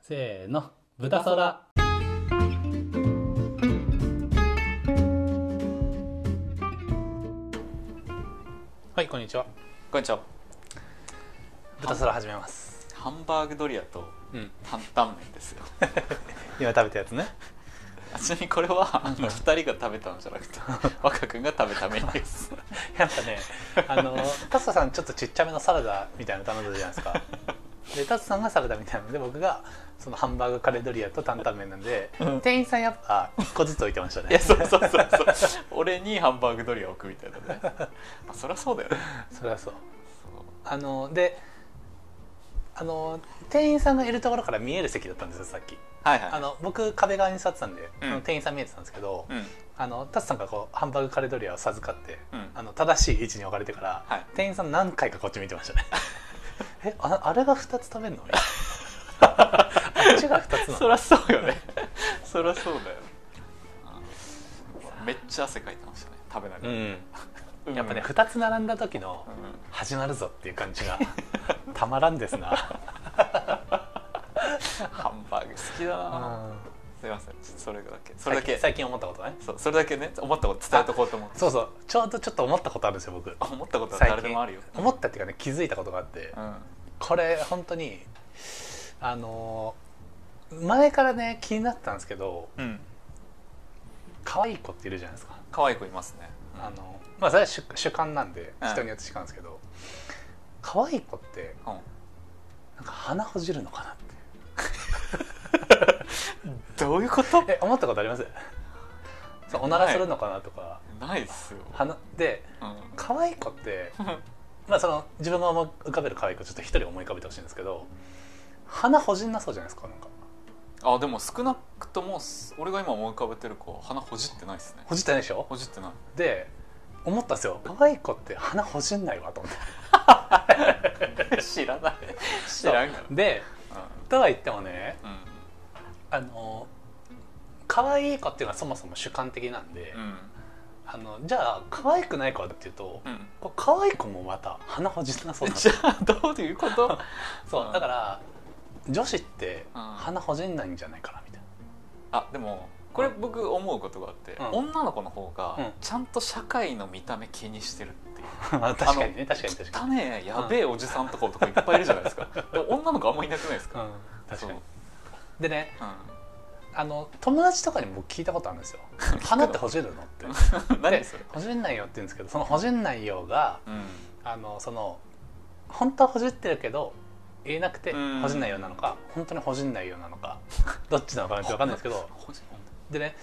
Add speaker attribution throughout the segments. Speaker 1: せーの豚そらはいこんにちは
Speaker 2: こんにちは
Speaker 1: 豚そら始めます
Speaker 2: ハンバーグドリアと
Speaker 1: うん
Speaker 2: 担々麺ですよ
Speaker 1: 今食べたやつね
Speaker 2: あちなみにこれはあの2人が食べたのじゃなくて 若君が食べたメニューです
Speaker 1: やっぱねあ のタツタさんちょっとちっちゃめのサラダみたいなの頼んだじゃないです かでタツさんがサラダみたいなので僕がそのハンバーグカレードリアと担々麺なんで、
Speaker 2: うん
Speaker 1: 店員さんやっぱ1個ずつ置いてました
Speaker 2: いや
Speaker 1: ね
Speaker 2: そうそうそうそう俺にハンバーグドリアを置くみたいな ね、まあ、そりゃそうだよね
Speaker 1: それはそう
Speaker 2: そう
Speaker 1: あのであの店員さんがいるところから見える席だったんですよさっき
Speaker 2: はいはい
Speaker 1: あの僕壁側に座ってたんで、
Speaker 2: うん
Speaker 1: あの店員さん見えてたんですけど、
Speaker 2: うん
Speaker 1: あのタツさんがこうハンバーグカレードリアを授かって、
Speaker 2: うん
Speaker 1: あの正しい位置に置かれてから、
Speaker 2: はい
Speaker 1: 店員さん何回かこっち見てま したねえああれが2つ食べるのみたいなあっちが2つな
Speaker 2: そ
Speaker 1: の
Speaker 2: りゃそ うよねそりゃそうだようんめっちゃ汗かいてましたね食べながら、
Speaker 1: うんやっぱね、
Speaker 2: うん
Speaker 1: 2つ並んだ時の
Speaker 2: うん
Speaker 1: 始まるぞっていう感 じがたまらんですな、
Speaker 2: ハンバーグ好きだ
Speaker 1: う
Speaker 2: な、
Speaker 1: ん
Speaker 2: すいませんちょっとそれだけそれだけ
Speaker 1: 最近最近思ったことね
Speaker 2: そうそれだけね思ったこと伝えとこうと思って
Speaker 1: そうそうちょうどちょっと思ったことあるんですよ僕
Speaker 2: 思ったことは
Speaker 1: 最
Speaker 2: 誰でもあるよ、
Speaker 1: 思ったっていうかね気づいたことがあって、
Speaker 2: うん、
Speaker 1: これ本当にあのー前からね気になってたんですけど
Speaker 2: うん、
Speaker 1: 可愛い子っているじゃないですか、
Speaker 2: 可愛い子いますね。
Speaker 1: あのまあそれは主主観なんで
Speaker 2: うん
Speaker 1: 人によって違うんですけど、可愛い子って
Speaker 2: うん、
Speaker 1: なんか鼻ほじるのかなって
Speaker 2: どういうこと？
Speaker 1: え思ったことありますそうおならするのかなとか、
Speaker 2: ないっすよ。
Speaker 1: 鼻で
Speaker 2: う
Speaker 1: 可愛い子ってまあその自分が思い浮かべる可愛い子ちょっと一人思い浮かべてほしいんですけど鼻ほじんなそうじゃないですかなんか
Speaker 2: ん、あでも少なくともす俺が今思い浮かべてる子は鼻ほじってないですね。
Speaker 1: ほじってないでしょ
Speaker 2: ほじってない。
Speaker 1: で思ったんですよ可愛い子って鼻ほじんないわと思って
Speaker 2: 知らない。知らんから。
Speaker 1: でとは言ってもね
Speaker 2: うん
Speaker 1: あの可愛い子っていうのはそもそも主観的なんで、
Speaker 2: うん
Speaker 1: あのじゃあ可愛くない子はっていうと、
Speaker 2: うん。
Speaker 1: こう可愛い子もまた鼻ほじんなそう
Speaker 2: うん
Speaker 1: だ
Speaker 2: じゃあどういうこと？
Speaker 1: そううんだから女子って
Speaker 2: うん
Speaker 1: 鼻ほじんないんじゃないかなみたいな
Speaker 2: あでもこれ僕思うことがあって、
Speaker 1: うん
Speaker 2: 女の子の方
Speaker 1: うん
Speaker 2: がちゃんと社会の見た目気にしてるっていう。
Speaker 1: まあ 確かにね確かに確か
Speaker 2: 汚ねえやべえおじさんとか男いっぱいいるじゃない ですか。でも女の子あんまいなくないです
Speaker 1: に、う
Speaker 2: か？
Speaker 1: ん、確かに
Speaker 2: そう
Speaker 1: でね
Speaker 2: うん。
Speaker 1: あの友達とかにも聞いたことあるんで すよ「鼻ってほじるの?」って
Speaker 2: 何それ
Speaker 1: でほじんないよ」って言うんですけどそのほじんないよ」が
Speaker 2: うん
Speaker 1: あのその本当はほじってるけど言えなくて
Speaker 2: うん
Speaker 1: ほじんないようなのか本当にほじんないようなの かどっちなのかなんて分かんないですけど
Speaker 2: ほじ
Speaker 1: でね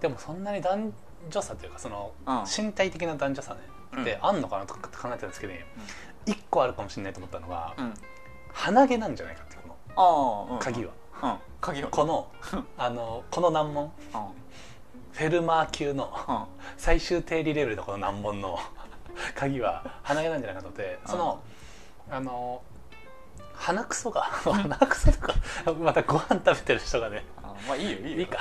Speaker 1: でもそんなに男女差というかその
Speaker 2: うん
Speaker 1: 身体的な男女差ね
Speaker 2: うん
Speaker 1: ってあんのかなとかって考えてたんですけど、ね1個あるかもしれないと思ったのが
Speaker 2: うん
Speaker 1: 鼻毛なんじゃないかっていうこの
Speaker 2: ああ、うん、
Speaker 1: 鍵は、
Speaker 2: うん鍵は
Speaker 1: このあのこの難問
Speaker 2: うん
Speaker 1: フェルマー級の
Speaker 2: うん
Speaker 1: 最終定理レベルのこの難問の 鍵は鼻毛なんじゃないかと思ってその、あの鼻くそが 鼻くそとか またご飯食べてる人がね
Speaker 2: あまあいいよいいよ
Speaker 1: いいか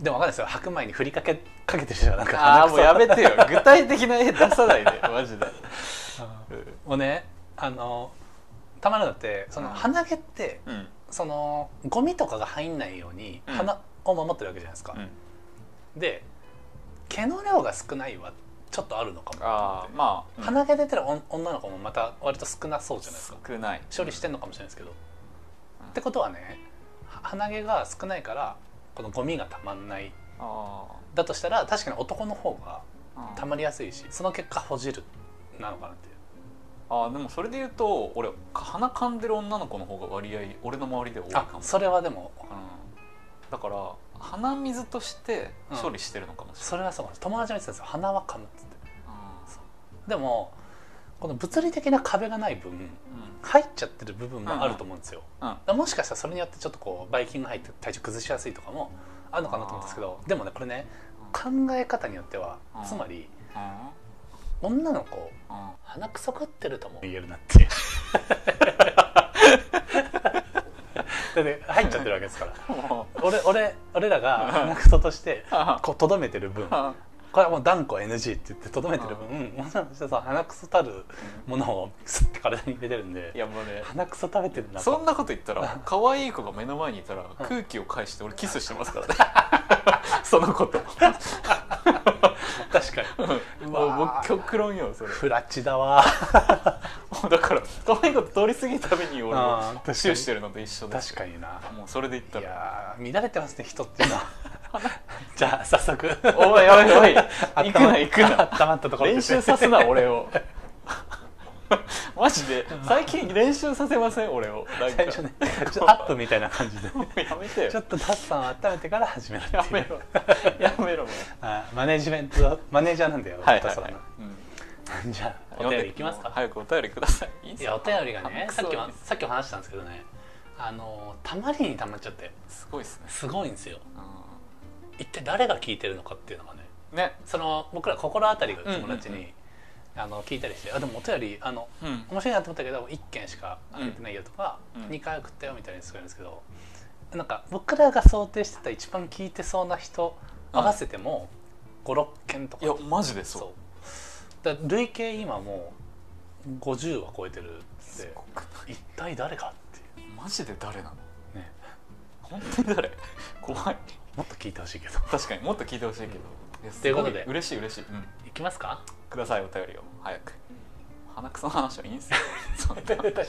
Speaker 1: でも分かんないですよ白米にふりかけかけてる人がなん
Speaker 2: うん
Speaker 1: か
Speaker 2: ああ
Speaker 1: 鼻く
Speaker 2: も
Speaker 1: そう
Speaker 2: やめてよ具体的な絵出さないでマジで
Speaker 1: うん もうねあのたまらなくてその
Speaker 2: うん
Speaker 1: 鼻毛って
Speaker 2: うん
Speaker 1: そのゴミとかが入んないように
Speaker 2: うん
Speaker 1: 鼻を守ってるわけじゃないですか、
Speaker 2: うん
Speaker 1: で毛の量が少ないはちょっとあるのかも
Speaker 2: ああまあ
Speaker 1: 鼻毛出てる女女の子もまた割と少なそうじゃないですか
Speaker 2: 少ない
Speaker 1: 処理してんのかもしれないですけど、
Speaker 2: うん
Speaker 1: ってことはねは鼻毛が少ないからこのゴミがたまんない
Speaker 2: あ
Speaker 1: だとしたら確かに男の方が
Speaker 2: あ
Speaker 1: たまりやすいしその結果ほじるなのかなっていう
Speaker 2: ああでもそれで言うと俺鼻噛んでる女の子の方が割合俺の周りで多いか
Speaker 1: あ
Speaker 2: も
Speaker 1: それはでも
Speaker 2: うんだから鼻水として処理してるのかもしれ
Speaker 1: それはそうかも友達も言ってたんですよ鼻は噛むっつって
Speaker 2: ない
Speaker 1: そでもこの物理的な壁がない分
Speaker 2: うんうん
Speaker 1: 入っちゃってる部分もあると思うんですよ、
Speaker 2: うん
Speaker 1: だからもしかしたらそれによってちょっとこうばい菌が入って体調崩しやすいとかもあるのかなと思うんですけどでもねこれね考え方によっては
Speaker 2: うん
Speaker 1: つまり
Speaker 2: うん
Speaker 1: 女の子
Speaker 2: うん
Speaker 1: 鼻くそ食ってるとも言えるな っていうだって入っちゃって るわけですから
Speaker 2: もう
Speaker 1: 俺俺俺らが鼻くそとして
Speaker 2: あ
Speaker 1: こうとどめてる分
Speaker 2: あ
Speaker 1: これはもう断固 NG って言ってとどめてる分もしかしたらさ鼻くそたるものをスッて体に入れてるんで
Speaker 2: いやもうね
Speaker 1: 鼻くそ食べてるな
Speaker 2: そん
Speaker 1: と
Speaker 2: なこと言ったら可愛い子が目の前にいたら空気を返して俺キスしてますからね そのこと
Speaker 1: 確か
Speaker 2: う
Speaker 1: にう
Speaker 2: んもう
Speaker 1: わ
Speaker 2: 僕極論よそれ
Speaker 1: フラチだわ
Speaker 2: もうだから可愛い子と通り過ぎるために俺も
Speaker 1: あー確かに
Speaker 2: シューしてるのと一緒だ
Speaker 1: 確かにな
Speaker 2: もうそれで言った
Speaker 1: い
Speaker 2: ら
Speaker 1: やー乱れてますね人っていうの はじゃあ早速
Speaker 2: おいおいお い行くな行くな
Speaker 1: 温まったところで
Speaker 2: 練習させな 俺をマジで最近練習させません俺をなんか
Speaker 1: 最初ね ちょっとアップみたいな感じで
Speaker 2: やめて
Speaker 1: ちょっ
Speaker 2: よ
Speaker 1: とダッサンを温めてから始めるっていう
Speaker 2: やめろやめろもう
Speaker 1: あマネジメントマネージャーなんだよ
Speaker 2: はいは
Speaker 1: ダッ
Speaker 2: い
Speaker 1: サン
Speaker 2: はい
Speaker 1: の
Speaker 2: うん
Speaker 1: じゃあお
Speaker 2: 読ん
Speaker 1: 便
Speaker 2: で
Speaker 1: りいきますか
Speaker 2: 早くお便りくださいいいん
Speaker 1: い
Speaker 2: すか
Speaker 1: やお便りがね
Speaker 2: あ
Speaker 1: さっきも
Speaker 2: クソ
Speaker 1: さっきも話したんですけどねあのーたまりにたまっちゃって
Speaker 2: すごいですね
Speaker 1: すごいんですよ
Speaker 2: う
Speaker 1: 一体誰が聞いてるのかっていうのがね
Speaker 2: んね
Speaker 1: その僕ら心当たりが友達に、
Speaker 2: うんうん
Speaker 1: あの聞いたりしてあでもお便りあの
Speaker 2: うん
Speaker 1: 面白いなと思ったけど1件しかあげてないよとか、
Speaker 2: うん
Speaker 1: 2回送ったよみたいにするんですけどなんか僕らが想定してた一番聞いてそうな人合わせても56件とか
Speaker 2: いやマジでそう
Speaker 1: そうだから累計今もう50は超えてる
Speaker 2: す
Speaker 1: って
Speaker 2: ごくな
Speaker 1: 一体誰かってい
Speaker 2: いマジで誰なの
Speaker 1: うね
Speaker 2: 本当に誰 怖い
Speaker 1: もっと聞いてほしいけ ど
Speaker 2: 確かにもっと聞いてほしいけどや
Speaker 1: ということです
Speaker 2: ご嬉しい嬉しい、うん、
Speaker 1: いきますか
Speaker 2: くださいお便りを早く鼻くその話はいいん ですよそんな
Speaker 1: 確かに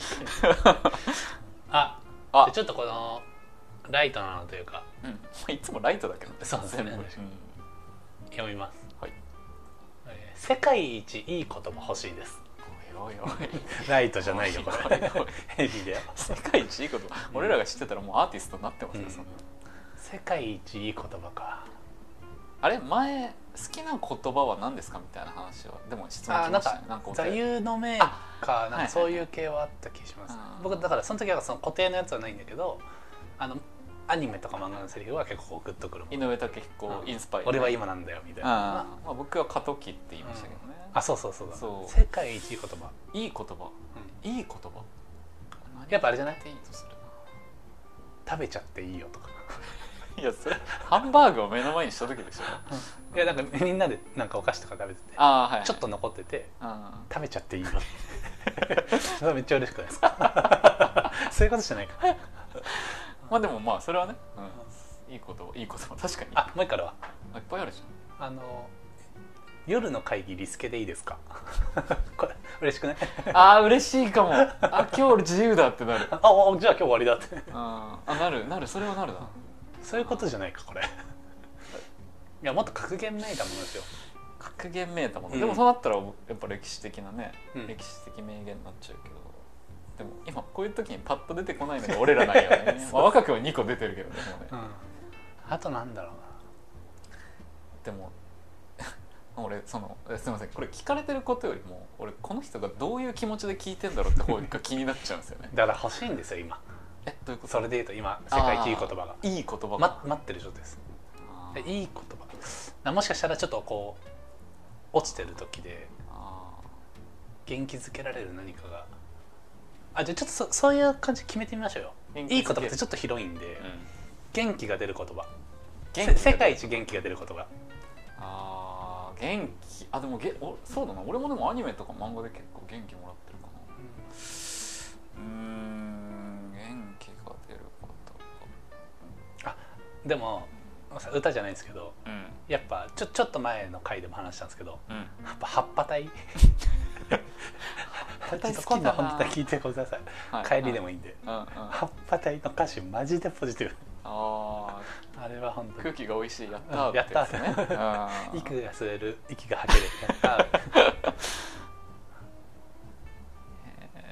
Speaker 1: あ
Speaker 2: あ
Speaker 1: でちょっとこのライトなのというか
Speaker 2: うんまあいつもライトだけどね
Speaker 1: そうですね
Speaker 2: 全部うん
Speaker 1: 読みます、
Speaker 2: はい
Speaker 1: えー世界一いいことも欲しいです
Speaker 2: おいおいおい
Speaker 1: ライトじゃないよこれ
Speaker 2: おいおい
Speaker 1: ヘビだよ
Speaker 2: 世界一いいこと俺らが知ってたらもうアーティストになってますよ、
Speaker 1: うん
Speaker 2: そんな
Speaker 1: 世界一いい言葉か
Speaker 2: あれ前好きな言葉は何ですかみたいな話はでも質問
Speaker 1: あ
Speaker 2: 来
Speaker 1: な
Speaker 2: ま
Speaker 1: ん
Speaker 2: した
Speaker 1: か
Speaker 2: ねなんかお
Speaker 1: 座
Speaker 2: 便り
Speaker 1: 右の銘かな
Speaker 2: あ
Speaker 1: ん
Speaker 2: はい
Speaker 1: かそういう系はあった気します、
Speaker 2: あー
Speaker 1: 僕だからその時はその固定のやつはないんだけどあのアニメとか漫画のセリフは結構グッとくるもん
Speaker 2: 井上武彦
Speaker 1: うん
Speaker 2: インスパイア
Speaker 1: 俺は今なんだよみたいな
Speaker 2: あー、まあ、僕は過渡期って言いましたけどね、
Speaker 1: あそうそうそうだ
Speaker 2: そう
Speaker 1: 世界一いい言葉、
Speaker 2: いい言葉
Speaker 1: うん
Speaker 2: いい言葉
Speaker 1: やっぱあれじゃない
Speaker 2: 何がいいとするな
Speaker 1: 食べちゃっていいよとか
Speaker 2: いやそれハンバーグを目の前にした時でしょ
Speaker 1: いやなんかみんなでなんかお菓子とか食べてて
Speaker 2: ああはいはい
Speaker 1: ちょっと残ってて
Speaker 2: あ
Speaker 1: 食べちゃ っていいよそれめっちゃ嬉しくないですか そういうことじゃないか
Speaker 2: ーまあでもまあそれはね、うん、いい言葉いい言葉確かにあ
Speaker 1: あもう一個あるわ
Speaker 2: いっぱいあるじ
Speaker 1: あの夜の会議リスケでいいですか これ嬉しくない
Speaker 2: ゃんああ嬉しいかもあ今日俺自由だってなる
Speaker 1: ああじゃあ今日終わりだって
Speaker 2: うんあなるなるそれはなるな
Speaker 1: そういうことじゃないかこれ いやもっと格言めいたものですよ
Speaker 2: 格言めいたもの、
Speaker 1: うん
Speaker 2: でもそうなったらやっぱ歴史的なね、
Speaker 1: うん
Speaker 2: 歴史的名言になっちゃうけどでも今こういう時にパッと出てこないのが俺らなんよね
Speaker 1: そう
Speaker 2: まあ若くは2個出てるけどねもうね
Speaker 1: うんあとなんだろう
Speaker 2: でも 俺そのえすみませんこれ聞かれてることよりも俺この人がどういう気持ちで聞いてんだろうって方が気になっちゃうんですよね
Speaker 1: なだから欲しいんですよ今
Speaker 2: えどういうこと
Speaker 1: それで言うと今世界一いい言葉が
Speaker 2: いい言葉が、
Speaker 1: ま待ってる状態です
Speaker 2: あ
Speaker 1: で
Speaker 2: ー
Speaker 1: いい言葉なもしかしたらちょっとこう落ちてる時で
Speaker 2: あ
Speaker 1: 元気づけられる何かがあじゃあちょっとそそういう感じ決めてみましょうよ
Speaker 2: 元気づけ
Speaker 1: いい言葉ってちょっと広いんで、
Speaker 2: ー、うん、
Speaker 1: 元気が出る言葉
Speaker 2: 元
Speaker 1: せ
Speaker 2: 気
Speaker 1: 世界一元気が出る言葉
Speaker 2: あー元気あでもげおそうだな俺もでもアニメとか漫画で結構元気もらってるかなうーん元気が出ること
Speaker 1: でもさ歌じゃないんですけど
Speaker 2: うん
Speaker 1: やっぱちょちょっと前の回でも話したんですけど
Speaker 2: うん
Speaker 1: やっぱ葉っぱ隊
Speaker 2: ぱ隊
Speaker 1: ちょっと
Speaker 2: 好き
Speaker 1: 今
Speaker 2: だ
Speaker 1: 度
Speaker 2: な
Speaker 1: 本当に聞いてください、帰りでも
Speaker 2: い
Speaker 1: いいんで
Speaker 2: い、うんうん、あ
Speaker 1: 葉っぱ隊の歌詞マジでポジティブ
Speaker 2: あ
Speaker 1: あれは本
Speaker 2: ー
Speaker 1: 当
Speaker 2: 空
Speaker 1: に
Speaker 2: 気が美味しいやった ー
Speaker 1: うんやったー
Speaker 2: てやつねうん
Speaker 1: 息が吸える息が吐けるあ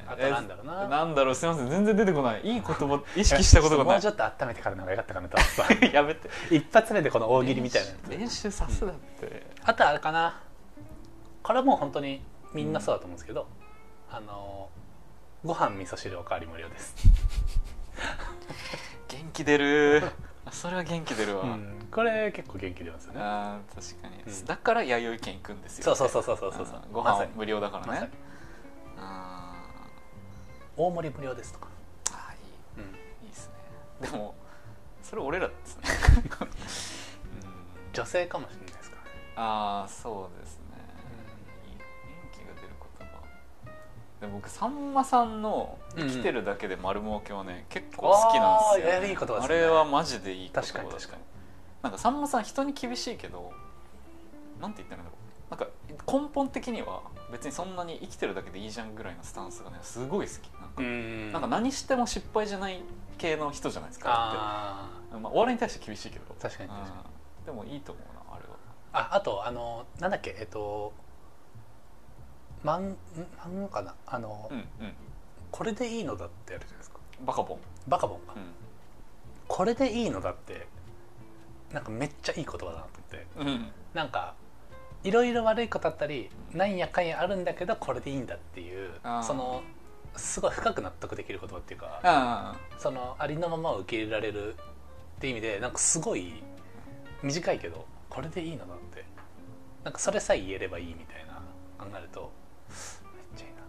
Speaker 1: あとなんだろうな
Speaker 2: えなんだろうすみません全然出てこないいい言葉意識したことがな
Speaker 1: も
Speaker 2: いう
Speaker 1: ちょっと温めてからの方が良かったかなと思ってさ
Speaker 2: やめて
Speaker 1: 一発目でこの大喜利みたいなやつ
Speaker 2: 練習練習さすだって、
Speaker 1: あとあれかなこれはもう本当にみんなそうだと思うんですけど、あのご飯味噌汁おかわり無料です、
Speaker 2: 元気出るーあそれは元気出るわ、
Speaker 1: うんこれ結構元気出ますよね
Speaker 2: あー確かに、
Speaker 1: うん
Speaker 2: だから弥生県行くんですよ
Speaker 1: そうそうそうそうそうそう
Speaker 2: あーご
Speaker 1: ま
Speaker 2: 飯
Speaker 1: さに
Speaker 2: 無料だから
Speaker 1: まさに
Speaker 2: ね、あ
Speaker 1: 大盛り無料ですとか、
Speaker 2: ーあーいい
Speaker 1: うん
Speaker 2: いいですねで もそれ俺らですね
Speaker 1: 女性かもしれないですからね
Speaker 2: あああそうですね、元気が出る言葉で僕さんまさんの「生きてるだけで丸儲け」はね、結構好きなんです
Speaker 1: あ
Speaker 2: よ、
Speaker 1: ーいやいい言葉ですね
Speaker 2: あれはマジでいい言葉だった
Speaker 1: 確かに確かに
Speaker 2: なんかさんまさん人に厳しいけどなんて言ったらいいんだろうなんか根本的には別にそんなに生きてるだけでいいじゃんぐらいのスタンスがねすごい好きなんか,、
Speaker 1: ん
Speaker 2: なんか何しても失敗じゃない系の人じゃないですか
Speaker 1: あ
Speaker 2: だってまあ、お笑いに対して厳しいけど
Speaker 1: 確かに確かに
Speaker 2: うんでもいいと思うなあれは
Speaker 1: ーああとあのなんだっけえっと漫ん漫画かなあの、
Speaker 2: うんうん
Speaker 1: これでいいのだってあるじゃないですか
Speaker 2: バカボン、
Speaker 1: バカボンが、
Speaker 2: うん
Speaker 1: これでいいのだってなんかめっちゃいい言葉だなと思って
Speaker 2: うん、
Speaker 1: なんかいろいろ悪いことあったりなんやかんやあるんだけどこれでいいんだっていう
Speaker 2: あー
Speaker 1: そのすごい深く納得できる言葉っていうか
Speaker 2: あ
Speaker 1: そのありのままを受け入れられるって意味でなんかすごい短いけどこれでいいのだってなんかそれさえ言えればいいみたいな考えるとめっちゃいいなって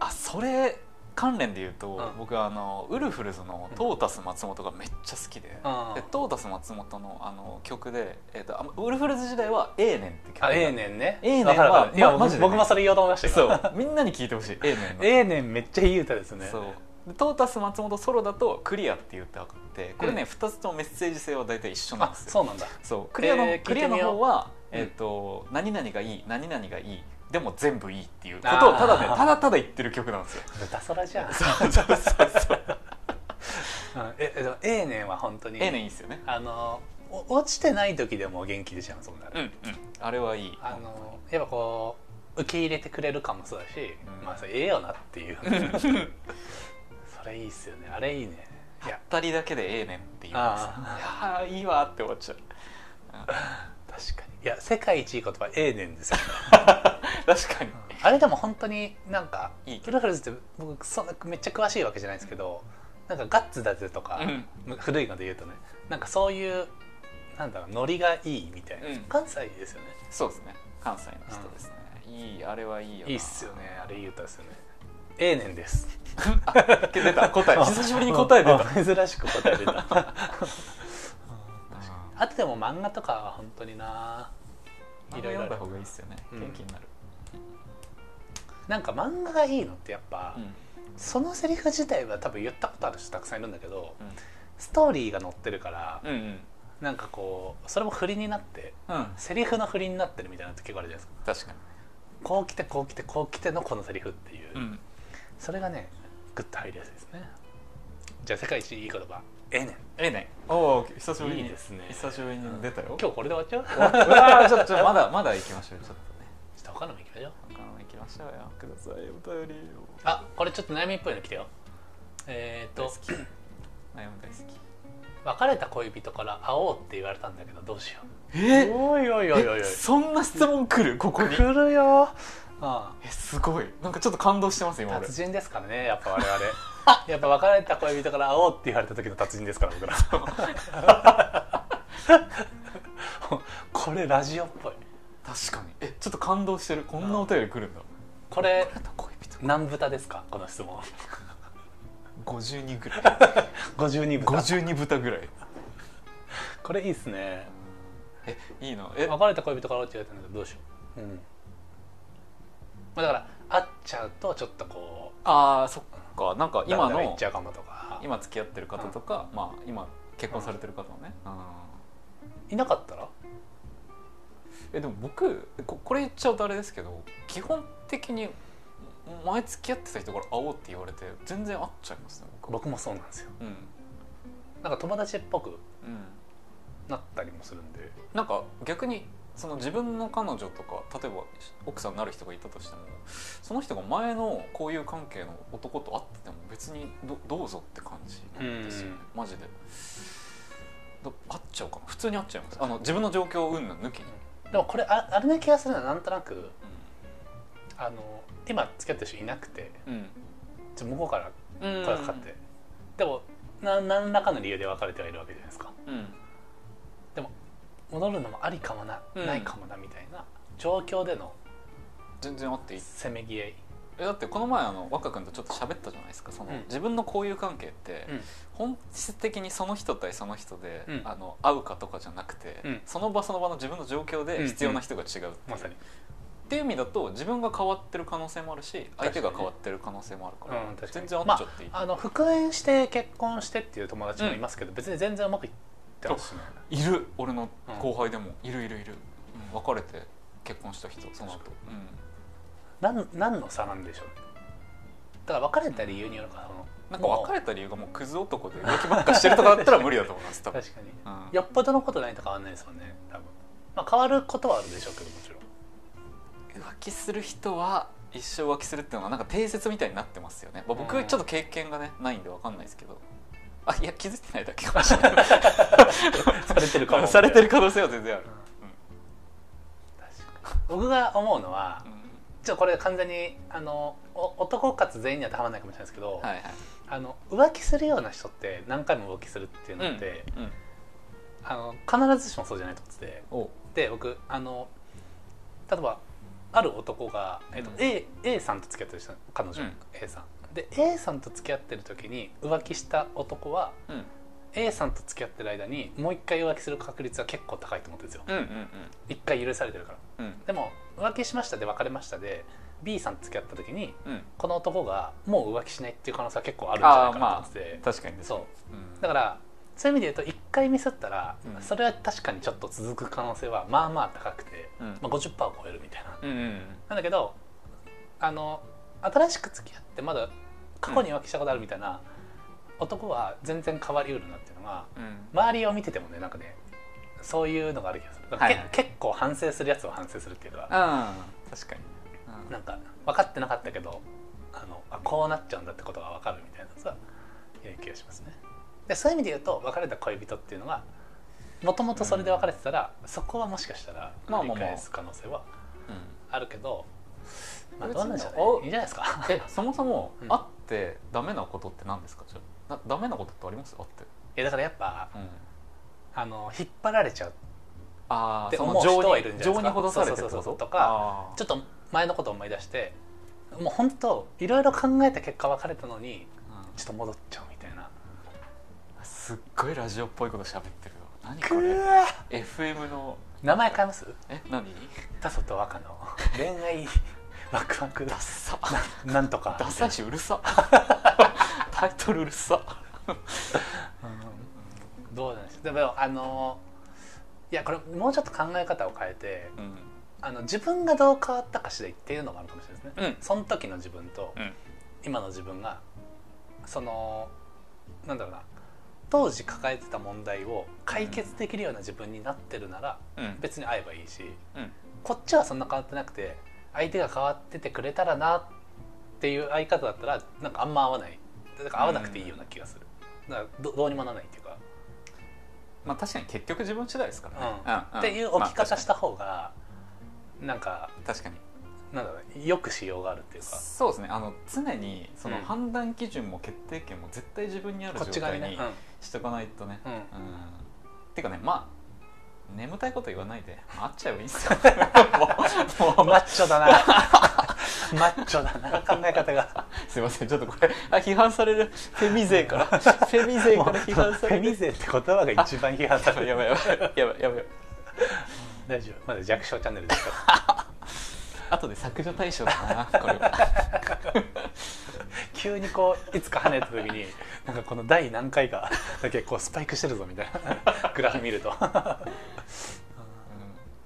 Speaker 2: ああそれ関連で言うと、
Speaker 1: うん
Speaker 2: 僕はあのウルフルズのトータス松本がめっちゃ好きで,、
Speaker 1: あ
Speaker 2: でトータス松本のあの曲で、えー、とあウルフルズ時代は「ええねん」って曲
Speaker 1: あええねんね
Speaker 2: ええねんは
Speaker 1: わかるわかるいや、
Speaker 2: まマジでね
Speaker 1: 僕もそれ言おうと思いました
Speaker 2: そ
Speaker 1: よ
Speaker 2: うみんなに聴いてほしい「ええね んの」
Speaker 1: ええねんめっちゃいい歌ですね
Speaker 2: そうでトータス松本ソロだと「クリア」って言ってあってこれね、
Speaker 1: うん
Speaker 2: 2つともメッセージ性は大体一緒なん
Speaker 1: あ
Speaker 2: ですよ
Speaker 1: そうなん だ
Speaker 2: そうクリアの、
Speaker 1: えー
Speaker 2: クリアの
Speaker 1: 聞いてみよう
Speaker 2: 方は、
Speaker 1: うん
Speaker 2: えっ、と何々がいい何々がいいでも全部いいっていうこと
Speaker 1: あ
Speaker 2: を
Speaker 1: ー
Speaker 2: ただねただただ言ってる曲なんで すよ。
Speaker 1: 豚空じゃん
Speaker 2: そうそうそうそう。
Speaker 1: うんええでもええねんは本当に
Speaker 2: ええねんいいですよね。
Speaker 1: あのお落ちてない時でも元気出ちゃうそんなの、
Speaker 2: うんうん。あれはいい。
Speaker 1: あのやっぱこう受け入れてくれるかもそうだし、
Speaker 2: うん
Speaker 1: まあそれええよなっていう それいいっすよねあれいいねいや
Speaker 2: 二人だけでええねんって言うんですよ。いやーいいわーって終わっちゃう。
Speaker 1: 確かにいや世界一いい言葉ええねんですよ
Speaker 2: 確かに。
Speaker 1: あれでも本当になんか
Speaker 2: いい
Speaker 1: プルフルズって僕そんなめっちゃ詳しいわけじゃないんですけど、なんかガッツだぜとか、む古いので言うとねなんかそういうなんだろうノリがいいみたいな、
Speaker 2: うん
Speaker 1: 関西ですよね
Speaker 2: そうですね。関西の人ですね。いいあれはいいよな。
Speaker 1: いいっすよねあれいい歌ですよねええねんです
Speaker 2: あ。出た答 え。久しぶりに答え出た。
Speaker 1: た珍しく答え出た あとでも漫画とかは本当にな
Speaker 2: うん
Speaker 1: いろいろあ
Speaker 2: 読ん
Speaker 1: る
Speaker 2: だ方がいいっすよね。
Speaker 1: うん
Speaker 2: 元気になる。
Speaker 1: なんか漫画がいいのってやっぱ、
Speaker 2: うん
Speaker 1: そのセリフ自体は多分言ったことある人たくさんいるんだけどストーリーが載ってるから、
Speaker 2: うんうん
Speaker 1: なんかこうそれも振りになって
Speaker 2: うん。
Speaker 1: セリフの振りになってるみたいなのって結構あるじゃないですか
Speaker 2: 確かに。
Speaker 1: こう来てこう来てこう来てのこのセリフっていう、
Speaker 2: うん。
Speaker 1: それがねグッと入りやすいですねじゃあ世界一いい言葉ええねん
Speaker 2: ええねん。おお久しぶりに
Speaker 1: いいですね
Speaker 2: 久しぶりに出たよ。
Speaker 1: 今日これで終わっちゃう
Speaker 2: うわーちょっとまだまだ行きましょうちょっとね
Speaker 1: ちょっと他のも行きましょう
Speaker 2: 他の行きましょうよくださいお便りを
Speaker 1: あこれちょっと悩みっぽいの来てよえっ、
Speaker 2: 大
Speaker 1: と
Speaker 2: 好き悩む大好き
Speaker 1: 別れた恋人から会おうって言われたんだけどどうしよう
Speaker 2: え
Speaker 1: おいおいおいおいおい
Speaker 2: そんな質問来るこ こに
Speaker 1: 来るよあ
Speaker 2: えすごいなんかちょっと感動してます今俺
Speaker 1: 達人ですからねやっぱ我々 やっぱ別れた恋人から会おうって言われた時の達人ですから僕らこれラジオっぽい
Speaker 2: 確かにえちょっと感動してるこんなお便り来るんだ
Speaker 1: これ
Speaker 2: あと恋人
Speaker 1: 何豚ですかこの質問
Speaker 2: 52ぐら い
Speaker 1: 52豚
Speaker 2: 52豚ぐらい
Speaker 1: これいいっすね
Speaker 2: えいいなえ
Speaker 1: 別れた恋人から落ちてたんだけどどうしよう、うんまあ、だから会っちゃうとちょっとこう
Speaker 2: あーそっかなんか今
Speaker 1: ダラダラ行
Speaker 2: の
Speaker 1: っちゃうかもとか
Speaker 2: 今付き合ってる方とか、まあ今結婚されてる方のね、うん
Speaker 1: いなかったら
Speaker 2: えでも僕ここれ言っちゃうとあれですけど基本的に前付き合ってた人から会おうって言われて全然会っちゃいますね僕は
Speaker 1: 僕もそうなんですよ
Speaker 2: うん、
Speaker 1: なんか友達っぽく
Speaker 2: うん、
Speaker 1: なったりもするんで
Speaker 2: なんか逆にその自分の彼女とか例えば奥さんになる人がいたとしてもその人が前の交友関係の男と会ってても別にどどうぞって感じなんですよね、マジでど会っちゃうかな普通に会っちゃいますあの自分の状況をうんぬん抜きに、
Speaker 1: でもこれああれな気がするのはなんとなくあの今付き合ってる人いなくて
Speaker 2: うんうん
Speaker 1: ちょ向こうから
Speaker 2: 声
Speaker 1: 声がかかって、でもな何らかの理由で別れてはいるわけじゃないですか
Speaker 2: うん
Speaker 1: 戻るのもありかもな、
Speaker 2: うん
Speaker 1: ないかもなみたいな状況での
Speaker 2: 全然会っていい
Speaker 1: せめぎ合い
Speaker 2: えだってこの前あの若君とちょっと喋ったじゃないですかその、
Speaker 1: うん
Speaker 2: 自分の交友関係って、
Speaker 1: うん
Speaker 2: 本質的にその人対その人で、
Speaker 1: うん
Speaker 2: あの会うかとかじゃなくて、
Speaker 1: うん
Speaker 2: その場その場の自分の状況
Speaker 1: うん
Speaker 2: で必要な人が違うっていう,、
Speaker 1: まさに
Speaker 2: っていう意味だと自分が変わってる可能性もあるし相手が変わってる可能性もあるから、
Speaker 1: うん確かに
Speaker 2: 全然会っちゃっていい、
Speaker 1: あの復縁して結婚してっていう友達もいますけど、別に全然うまくいってますしね
Speaker 2: いる俺の後輩でも、いるいるいる、うん別れて結婚した人その後、う
Speaker 1: なん何の差なんでしょうだから別れた理由によるからその
Speaker 2: ん、なんか別
Speaker 1: れ
Speaker 2: れた理由がもうクズ男で浮気ばっかしてるとかだったら無理だと思います多分、
Speaker 1: 確かに
Speaker 2: うん
Speaker 1: よっぽどのことないと変わんないですもんね多分まあ変わることはあるでしょうけどもちろん
Speaker 2: 浮気する人は一生浮気するっていうのがなんか定説みたいになってますよね、まあ、僕
Speaker 1: うん
Speaker 2: ちょっと経験がねないんでわかんないですけどあいや気づいてないだけかもしれない
Speaker 1: されてるから
Speaker 2: されてる可能性は全然ある、
Speaker 1: 確かに僕が思うのは
Speaker 2: うん
Speaker 1: ちょっとこれ完全にあのお男活全員には当てはまらないかもしれないですけど、
Speaker 2: はいはい
Speaker 1: あの浮気するような人って何回も浮気するっていうのって、
Speaker 2: うんうん
Speaker 1: あの必ずしもそうじゃないと思ってて
Speaker 2: おう
Speaker 1: で僕あの例えばある男が、えっと
Speaker 2: うん
Speaker 1: A, A さんと付き合ってる人彼女、
Speaker 2: うん
Speaker 1: A さんで A さんと付き合ってる時に浮気した男は
Speaker 2: うん
Speaker 1: A さんと付き合ってる間にもう一回浮気する確率は結構高いと思ってるんですよ
Speaker 2: うんうん
Speaker 1: 一回許されてるから
Speaker 2: うんうん
Speaker 1: でも浮気しましたで別れましたで B さんと付き合った時に
Speaker 2: うん
Speaker 1: この男がもう浮気しないっていう可能性は結構あるんじゃないかなと思ってて、
Speaker 2: 確かに
Speaker 1: そう
Speaker 2: うん
Speaker 1: だからそういう意味で言うと1回ミスったら、
Speaker 2: うん
Speaker 1: それは確かにちょっと続く可能性はまあまあ高くて、
Speaker 2: うん
Speaker 1: まあ、50%を超えるみたいな。
Speaker 2: うんうんうん
Speaker 1: なんだけどあの新しく付き合ってまだ過去に浮気したことあるみたいな、男は全然変わりうるなっていうのが
Speaker 2: うん
Speaker 1: 周りを見ててもねなんかねそういうのがある気がする、
Speaker 2: はいはい
Speaker 1: け結構反省するやつを反省するっていうか
Speaker 2: あー確かにうん
Speaker 1: なんか分かってなかったけどあのあこうなっちゃうんだってことが分かるみたいなさいう気がしますねでそういう意味で言うと別れた恋人っていうのがもともとそれで別れてたら、そこはもしかしたら
Speaker 2: まあまあ
Speaker 1: 繰
Speaker 2: ま
Speaker 1: り
Speaker 2: あ
Speaker 1: 返す可能性はあるけど、まあ
Speaker 2: 別に
Speaker 1: どうなんじゃない
Speaker 2: お
Speaker 1: いいんじゃないですか
Speaker 2: えそもそも
Speaker 1: うん
Speaker 2: 会ってダメなことって何ですかじゃあなダメなことってあります会って、
Speaker 1: いやだからやっぱ
Speaker 2: うん、
Speaker 1: あの引っ張られちゃう
Speaker 2: あ
Speaker 1: っ
Speaker 2: あ
Speaker 1: て
Speaker 2: そ
Speaker 1: 思
Speaker 2: の
Speaker 1: う
Speaker 2: 情
Speaker 1: 人は
Speaker 2: に
Speaker 1: いるんじゃない
Speaker 2: 情に
Speaker 1: ですか
Speaker 2: ほだされてるって
Speaker 1: そうそう
Speaker 2: こ
Speaker 1: そう
Speaker 2: と
Speaker 1: とかちょっと前のことを思い出してもう本当いろいろ考えた結果別れたのにちょっと戻っちゃうみたいな
Speaker 2: すっごいラジオっぽいこと喋ってるよ何
Speaker 1: く
Speaker 2: これ
Speaker 1: わ
Speaker 2: FM の
Speaker 1: 名前変えます
Speaker 2: え何
Speaker 1: タソと若の恋愛 ワクワク
Speaker 2: ダッサ
Speaker 1: ななんとか
Speaker 2: ダサいしう るさタイトルうるさ
Speaker 1: うんどうなんでしょうでもあのいやこれもうちょっと考え方を変えて
Speaker 2: うん
Speaker 1: あの自分がどう変わったか次第っていうのもあるかもしれないですね、
Speaker 2: うん
Speaker 1: その時の自分と
Speaker 2: うん
Speaker 1: 今の自分がそのなんだろうな当時抱えてた問題を解決できるような自分になってるなら
Speaker 2: うん
Speaker 1: 別に会えばいいし、
Speaker 2: うん
Speaker 1: こっちはそんな変わってなくて相手が変わっててくれたらなっていう相方だったらなんかあんま合わないだから合わなくていいような気がする、だからどどうにもならないっていうか、
Speaker 2: まあ確かに結局自分次第ですからね、
Speaker 1: うんっていう置き方した方がなんか
Speaker 2: まあ確かに確かに
Speaker 1: なんだろうよくしようがあるっていうか
Speaker 2: そうですねあの常にその
Speaker 1: うん
Speaker 2: 判断基準も決定権も絶対自分にある
Speaker 1: こっち
Speaker 2: 状
Speaker 1: 側に
Speaker 2: 態
Speaker 1: ね
Speaker 2: に、しとかないとね
Speaker 1: うんうん
Speaker 2: うんてかねまあ眠たいこと言わないで会っちゃえばいいっすよ もうもう
Speaker 1: マッチョだなマッチョだな考え方が
Speaker 2: すいませんちょっとこれあ批判されるフェミ勢 からフェミ勢から批判され
Speaker 1: フェミ
Speaker 2: る
Speaker 1: 勢って言葉が一番批判さ
Speaker 2: やば
Speaker 1: れ
Speaker 2: い
Speaker 1: る
Speaker 2: やばいやばいやばいやばい
Speaker 1: 大丈夫まだ弱小チャンネルですから
Speaker 2: 後で削除対象だなこ れは
Speaker 1: 急にこういつか跳ねた時になんかこの第何回かだけこうスパイクしてるぞみたいな グラフ見ると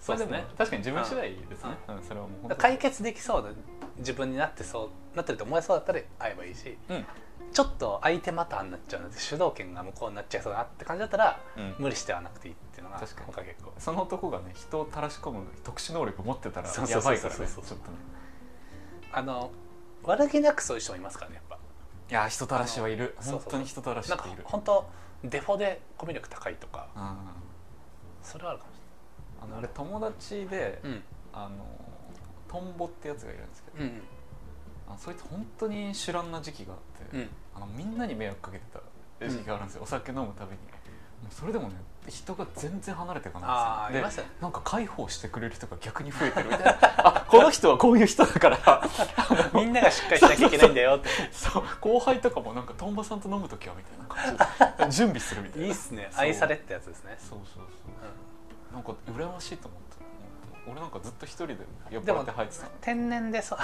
Speaker 2: それでもね確かに自分次第ですね
Speaker 1: う
Speaker 2: うんそれはもう本当に
Speaker 1: 解決できそうな自分になってそうなってると思えそうだったら会えばいいし
Speaker 2: うん
Speaker 1: ちょっと相手またになっちゃうので主導権が向こうになっちゃいそうだなって感じだったら
Speaker 2: うん
Speaker 1: 無理してはなくていいっていうのが
Speaker 2: 確かに
Speaker 1: 僕は結構
Speaker 2: その男がね人をたらし込む特殊能力持ってたら
Speaker 1: そうそ
Speaker 2: や
Speaker 1: うそ
Speaker 2: ば
Speaker 1: う
Speaker 2: い
Speaker 1: そ
Speaker 2: か
Speaker 1: う
Speaker 2: らね
Speaker 1: そう
Speaker 2: ちょっ
Speaker 1: そう
Speaker 2: とね
Speaker 1: あの悪気なくそういう人もいますからねやっぱ
Speaker 2: いや人たらしはいる
Speaker 1: あのそう
Speaker 2: 本
Speaker 1: そう
Speaker 2: 当に人たらし
Speaker 1: なん
Speaker 2: っ
Speaker 1: か
Speaker 2: ている
Speaker 1: 本当デフォでコミュ力高いとか
Speaker 2: うんあ
Speaker 1: それはあるかもし
Speaker 2: のあれ友達で
Speaker 1: れない
Speaker 2: あのトンボってやつがいるんですけど、
Speaker 1: うん
Speaker 2: あそいつ本当に主乱な時期があって、
Speaker 1: うんうん
Speaker 2: あのみんなに迷惑かけてた時期があるんですよ、お酒飲むたびにもうそれでもね人が全然離れていか
Speaker 1: あ
Speaker 2: ない
Speaker 1: あい
Speaker 2: んで
Speaker 1: まし
Speaker 2: すよで
Speaker 1: たね
Speaker 2: なんか解放してくれる人が逆に増えてるみたい なあこの人はこういう人だから
Speaker 1: みんながしっかりしなきゃいけないんだよって
Speaker 2: そう後輩とかもなんかトンボさんと飲む時はみたいな感じで準備するみたい
Speaker 1: い
Speaker 2: ない
Speaker 1: っすね
Speaker 2: そう
Speaker 1: 愛されってやつですね
Speaker 2: そうそうそうなんか羨ましいと思った俺なんかずっと一人で酔っ払って入ってたの
Speaker 1: 天然でそう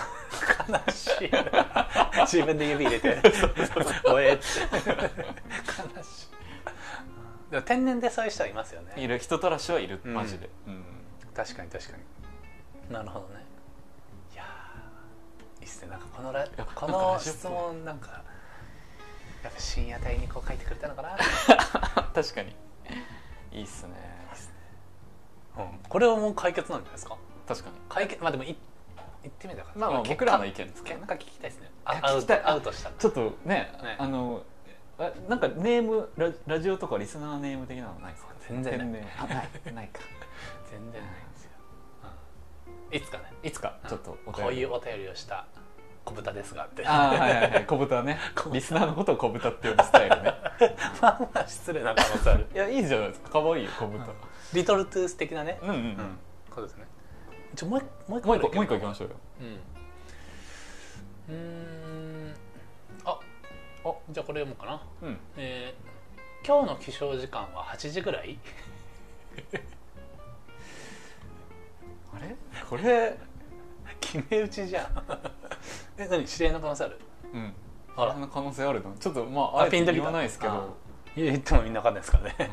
Speaker 1: 悲しいな自分で指入れて 「おえ」って悲しいでも天然でそういう人はいますよ
Speaker 2: い
Speaker 1: ね
Speaker 2: る人たらしはいる
Speaker 1: うん
Speaker 2: マジで、うん
Speaker 1: 確かに確かになるほどねいやーいいっすねなんかこのラ
Speaker 2: や
Speaker 1: こ
Speaker 2: なんか
Speaker 1: の
Speaker 2: ラジオっぽい
Speaker 1: 質問なんかやっぱ深夜帯にこう書いてくれたのかな、
Speaker 2: 確かにいいっすね
Speaker 1: うん、これはもう解決なんじゃないですか
Speaker 2: 確かに
Speaker 1: 解決まあでもい言ってみたから
Speaker 2: まあまあ
Speaker 1: 結
Speaker 2: 僕
Speaker 1: 果
Speaker 2: らの意見ですけ
Speaker 1: 結
Speaker 2: どね
Speaker 1: 果聞きたいですね
Speaker 2: い
Speaker 1: あ
Speaker 2: や
Speaker 1: ア
Speaker 2: 聞
Speaker 1: ウ
Speaker 2: きたい
Speaker 1: トアウトした
Speaker 2: ちょっとね
Speaker 1: ね
Speaker 2: あのあなんかネームララジオとかリスナーネーム的なのないですか
Speaker 1: 全然ない
Speaker 2: ないないないか
Speaker 1: 全然ないんですよ、うんいつかね
Speaker 2: いつかちょっとお
Speaker 1: こう
Speaker 2: 便
Speaker 1: い
Speaker 2: り
Speaker 1: うお便りをした小豚ですが って
Speaker 2: ああはいはい はい小豚ねリスナーのことを小豚って呼ぶスタイル ね
Speaker 1: まあまあ失礼な可能性ある
Speaker 2: いやいいじゃないですか可愛いよ小豚
Speaker 1: リトルトゥース的なね、
Speaker 2: うんうんうん
Speaker 1: そうですねちょもう一もう一個
Speaker 2: もう一個もう一個行き
Speaker 1: 行
Speaker 2: ましょうよ
Speaker 1: うんうーんああじゃあこれ読もうかな
Speaker 2: うん
Speaker 1: えー今日の起床時間は8時ぐらい
Speaker 2: あれこれ
Speaker 1: 決め打ちじゃん え何知り合いの可能性ある
Speaker 2: うん
Speaker 1: あら
Speaker 2: あの可能性あるのちょっとまああえ
Speaker 1: ピ
Speaker 2: て
Speaker 1: ンときた
Speaker 2: 言わないですけ
Speaker 1: あ
Speaker 2: ど
Speaker 1: いや言ってもみんなわかんないですからね
Speaker 2: うん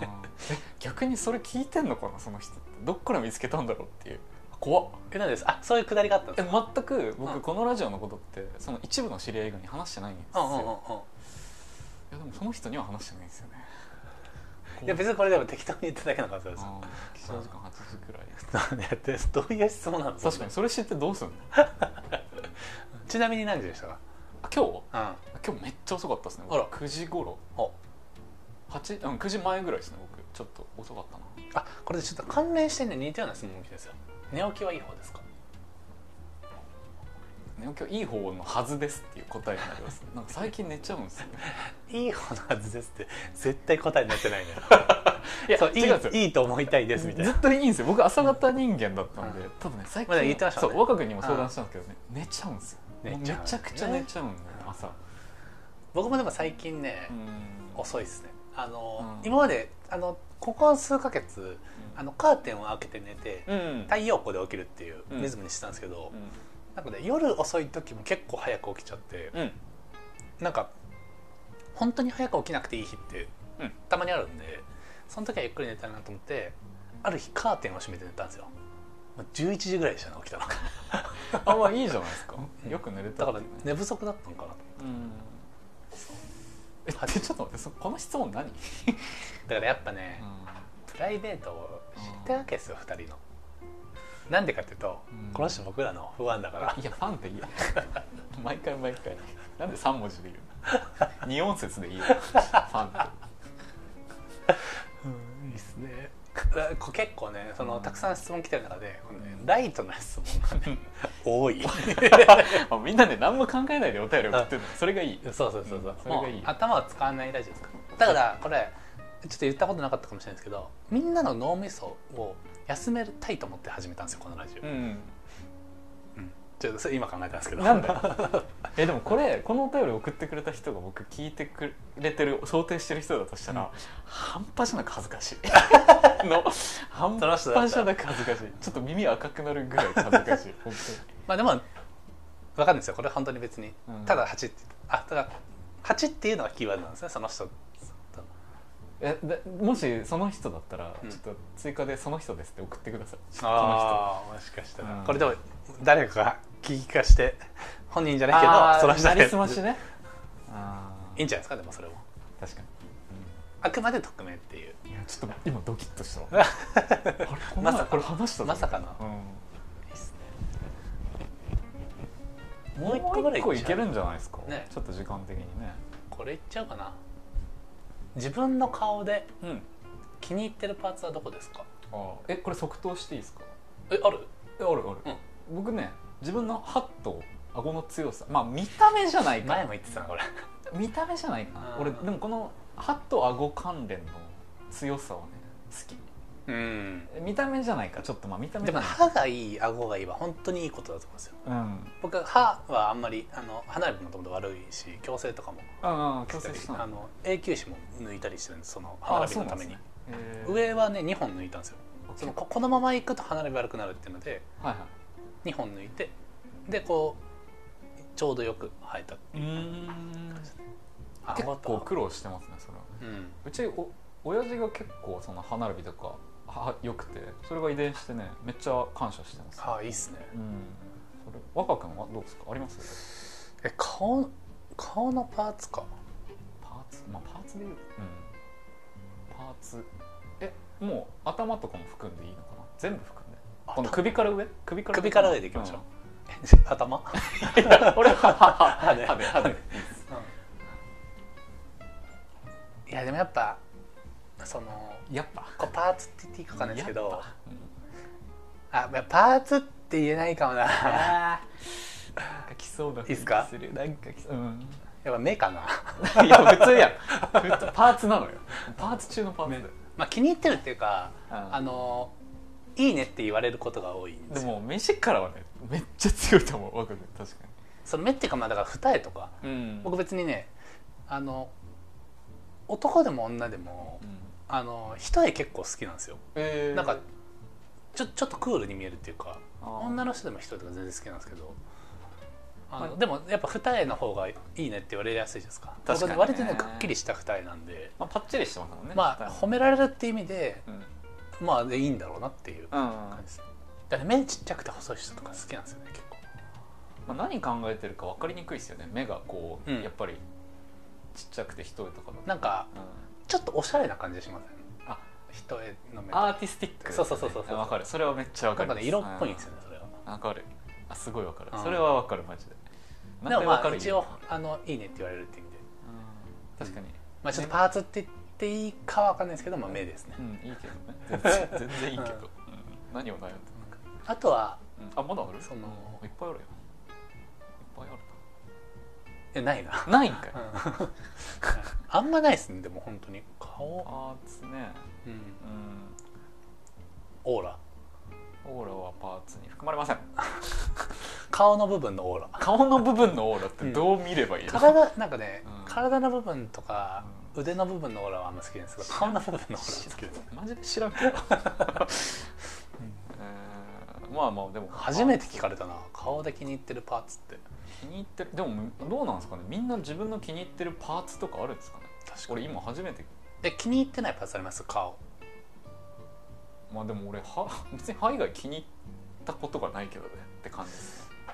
Speaker 2: え逆にそれ聞いてんのかなその人ってどっから見つけたんだろうっていう怖っ
Speaker 1: えなんですあそういうくだりがあったんで
Speaker 2: え
Speaker 1: すか
Speaker 2: 全く
Speaker 1: うん
Speaker 2: 僕このラジオのことってその一部の知り合い以外に話してないんです
Speaker 1: う
Speaker 2: よ、
Speaker 1: んうんうんうん
Speaker 2: いやでもその人には話してないんですよね
Speaker 1: いや別にこれでも適当に言っただけの感想です
Speaker 2: あー起床時間8時くらい
Speaker 1: なんででどういう質問なの
Speaker 2: 確かにそれ知ってどうすんの
Speaker 1: ちなみに何時でしたか
Speaker 2: あ今日
Speaker 1: うんあ
Speaker 2: 今日めっちゃ遅かったですね
Speaker 1: あら
Speaker 2: 9時頃8うん9時前ぐらいですね僕ちょっと遅かったな
Speaker 1: あこれちょっと関連してね似たような質問来てるんですよ寝起きはいい方ですか
Speaker 2: 寝起きはいい方のはずですっていう答えになりますねなんか最近寝ちゃうんですよね
Speaker 1: いい方のはずですって絶対答えになってないね
Speaker 2: い や
Speaker 1: そうい
Speaker 2: 違うんですよ
Speaker 1: いいいと思いたいですみたい
Speaker 2: ず
Speaker 1: な
Speaker 2: っといいんですよ僕朝方人間だったんで、多分ね最近、
Speaker 1: まだ言ってましたもんね
Speaker 2: そう若君にも相談したんですけどね寝ちゃうんですよ
Speaker 1: 寝
Speaker 2: もう
Speaker 1: ちゃ
Speaker 2: め
Speaker 1: う
Speaker 2: ちゃくちゃ寝ちゃうんだよ、
Speaker 1: ね
Speaker 2: 朝
Speaker 1: 僕もでも最近ね、
Speaker 2: うん
Speaker 1: 遅いですねあの、
Speaker 2: うん
Speaker 1: 今まであのここ数ヶ月あのカーテンを開けて寝て
Speaker 2: うん
Speaker 1: 太陽光で起きるっていう
Speaker 2: うん
Speaker 1: リズムにしてたんですけど、なんかね夜遅い時も結構早く起きちゃって
Speaker 2: うんうん
Speaker 1: なんか本当に早く起きなくていい日って
Speaker 2: うん
Speaker 1: たまにあるんでその時はゆっくり寝たいなと思ってある日カーテンを閉めて寝たんですよもう11時ぐらいでしたね起きたの
Speaker 2: あまあいいじゃないですかよく寝れた
Speaker 1: だ
Speaker 2: っ
Speaker 1: から
Speaker 2: ていうね
Speaker 1: 寝不足だったのかなと
Speaker 2: うんえでちょっと待ってそこの質問何、
Speaker 1: だからやっぱね、プライベートを知ってるわけですよ、二人のなんでかっていうと、
Speaker 2: うん
Speaker 1: この人僕らの不安だから
Speaker 2: いやファンって言え 毎回毎回なんで三文字 で言うの二音節で言えよファンって
Speaker 1: いいっすね こ結構ねその
Speaker 2: うん
Speaker 1: たくさん質問来てる中で、このねライトな質問 がね多い
Speaker 2: あみんなで何も考えないでお便り送ってるのそれがいい
Speaker 1: そうそうそうそう、
Speaker 2: うんそれがいい
Speaker 1: もう頭を使わないラジオですからだからこれちょっと言ったことなかったかもしれないですけどみんなの脳みそを休めたいと思って始めたんですよこのラジオ、
Speaker 2: ん
Speaker 1: ちょっとそれ今考えたんですけど
Speaker 2: なんだよ えでもこれこのお便り送ってくれた人が僕聞いてくれてる想定してる人だとしたら、
Speaker 1: うん
Speaker 2: 半端じゃなく恥ずかしい の半
Speaker 1: その
Speaker 2: 端
Speaker 1: 人だった
Speaker 2: じゃなく恥ずかしいちょっと耳赤くなるぐらい恥ず かしい本
Speaker 1: まあでもわかんないですよこれ本当に別に、
Speaker 2: うん
Speaker 1: ただ8ってあただ8っていうのがキーワードなんですねその人と
Speaker 2: 当にえでもしその人だったら、
Speaker 1: うん
Speaker 2: ちょっと追加で「その人です」って送ってくださいその
Speaker 1: ああもしかしたら、
Speaker 2: うん
Speaker 1: これでも誰かが聞きかして本人じゃ
Speaker 2: 人
Speaker 1: ないけどその人
Speaker 2: な
Speaker 1: だけ
Speaker 2: りすましね あ
Speaker 1: いい
Speaker 2: ー
Speaker 1: んじゃないですかでもそれも
Speaker 2: 確かに、
Speaker 1: あくまで匿名っていう
Speaker 2: うんいやちょっと今ドキッと したわあれこんな
Speaker 1: まさか
Speaker 2: これ話したぞ
Speaker 1: まさかの
Speaker 2: うん
Speaker 1: もう一個ぐらい
Speaker 2: もう一
Speaker 1: い
Speaker 2: いけるんじゃないですか、
Speaker 1: ね
Speaker 2: ちょっと時間的にね
Speaker 1: これいっちゃうかな自分の顔で
Speaker 2: うん
Speaker 1: 気に入ってるパーツはどこですか
Speaker 2: あえこれ即答していいですか
Speaker 1: えある
Speaker 2: えあるある、僕ね自分の歯と顎の強さまあ見た目じゃないか
Speaker 1: 前
Speaker 2: な
Speaker 1: も言ってたなこれ
Speaker 2: 見た目じゃないかな
Speaker 1: あー
Speaker 2: 俺でもこの歯と顎関連の強さをね好き
Speaker 1: うん
Speaker 2: 見た目じゃないかちょっとまあ見た目
Speaker 1: で
Speaker 2: じ
Speaker 1: も
Speaker 2: ゃない
Speaker 1: 歯がいい顎がいいは本当にいいことだと思うんですよ
Speaker 2: うん
Speaker 1: 僕は歯はあんまりあの歯並びもともと悪いし矯正とかも
Speaker 2: ああ強制した
Speaker 1: あ
Speaker 2: の
Speaker 1: の永久歯も抜いたりしてるんですその歯
Speaker 2: あ
Speaker 1: 並び
Speaker 2: そう
Speaker 1: のた
Speaker 2: なんで
Speaker 1: めに、
Speaker 2: すねへー
Speaker 1: 上はね2本抜いたんですよそ
Speaker 2: そ
Speaker 1: の
Speaker 2: の
Speaker 1: ここのまま行くと歯並び悪くなるっていうので
Speaker 2: はいは
Speaker 1: 2本抜いてでこうちょうどよく生えた
Speaker 2: いうん
Speaker 1: あ
Speaker 2: 結
Speaker 1: 終わ
Speaker 2: 構
Speaker 1: っ
Speaker 2: 苦労してますねそれはね
Speaker 1: たうん
Speaker 2: うちお親父が結構その歯並びとかは良くてそれが遺伝してねめっちゃ感謝してます、
Speaker 1: ああいいっすね
Speaker 2: うんそれ若君はどうですかあります
Speaker 1: え顔顔のパーツか
Speaker 2: パーツまあパーツで言ううんパーツえもう頭とかも含んでいいのかな全部含んでこの首から上首から
Speaker 1: 首から上でいきましょう、頭
Speaker 2: うんいや俺は 歯歯
Speaker 1: で
Speaker 2: で歯で歯で
Speaker 1: いやでもやっぱその
Speaker 2: やっぱ
Speaker 1: こうパーツって言っていいかわかんないですけ
Speaker 2: や
Speaker 1: ど
Speaker 2: っぱうん
Speaker 1: あまあパーツって言えないかもなや
Speaker 2: あーなんか来そうだ
Speaker 1: いいっすか
Speaker 2: るなんか来そううん
Speaker 1: っぱ目か ない
Speaker 2: や普通やん普通パーツなのよパーツ中のパーツだよ、
Speaker 1: まあ気に入ってるっていうか
Speaker 2: うん
Speaker 1: あのいいねって言われることが多いんで
Speaker 2: です
Speaker 1: よ
Speaker 2: も飯からはねめっちゃ強いと思う若く確か
Speaker 1: その目っていうかまあだから二重とか
Speaker 2: にうん
Speaker 1: 僕別にねあの男でも女でもあの一重結構好きなんですよ
Speaker 2: えー
Speaker 1: なんかちょちょっとクールに見えるっていうか
Speaker 2: あー
Speaker 1: 女の人でも一重とか全然好きなんですけどあの、
Speaker 2: はい
Speaker 1: でもやっぱ二重の方がいいねって言われやすいじゃないですか
Speaker 2: 確かにね
Speaker 1: 僕割とねくっきりした二重なんで
Speaker 2: まあ、パッチリしてますもんね
Speaker 1: まあ褒められるって意味で
Speaker 2: うん、うん、
Speaker 1: まあでいいんだろうなっていう感
Speaker 2: ま
Speaker 1: じですだから目ちっちゃくて細い人とか好きなんですよね結構
Speaker 2: あ、何考えてるか分かりにくいですよね目がこう、
Speaker 1: うん
Speaker 2: やっぱりちっちゃくて一重とかだと
Speaker 1: なんか
Speaker 2: うん
Speaker 1: ちょっとおしゃれな感じしません
Speaker 2: あ
Speaker 1: 一重の目と
Speaker 2: ア
Speaker 1: か
Speaker 2: ーティスティック、
Speaker 1: そうそうそうそうそう
Speaker 2: 分かるそれはめっちゃ分か
Speaker 1: な
Speaker 2: る
Speaker 1: んかね色っぽいんですよねそれは
Speaker 2: 分かるあすごい分かる
Speaker 1: うん
Speaker 2: それは分かるマジで
Speaker 1: でもま
Speaker 2: なんか
Speaker 1: あ
Speaker 2: 分かる
Speaker 1: 一応あのいいねって言われるって意味で
Speaker 2: うん確かに
Speaker 1: まあちょっとパーツって言っていいかは分かんないですけどまあ目ですね
Speaker 2: うんいいけどね全然全然いいけど、
Speaker 1: うん
Speaker 2: うん何を悩んでるのか、
Speaker 1: あとは
Speaker 2: うんあまだある
Speaker 1: その
Speaker 2: うんいっぱいあるよいっぱいある
Speaker 1: えないな
Speaker 2: なないんかい
Speaker 1: うん あんまないですねでも本当に顔、
Speaker 2: パーツね
Speaker 1: うん、
Speaker 2: うん
Speaker 1: オーラ
Speaker 2: オーラはパーツに含まれません
Speaker 1: 顔の部分のオーラ
Speaker 2: 顔の部分のオーラってどう見ればいいの、
Speaker 1: 体なんかね、
Speaker 2: うん
Speaker 1: 体の部分とか、
Speaker 2: う
Speaker 1: 腕の部分のオーラはあんま好きなんですけど顔の部分のオーラは好きです
Speaker 2: マジで知らんけ ど、えーまあまあでも
Speaker 1: 初めて聞かれたな顔で気に入ってるパーツって
Speaker 2: 気に入ってるでもどうなんですかねみんな自分の気に入ってるパーツとかあるんですかね
Speaker 1: 確
Speaker 2: 俺今初めて
Speaker 1: え気に入ってないパーツあります顔
Speaker 2: まあでも俺歯別に歯以外気に入ったことがないけどねって感じですね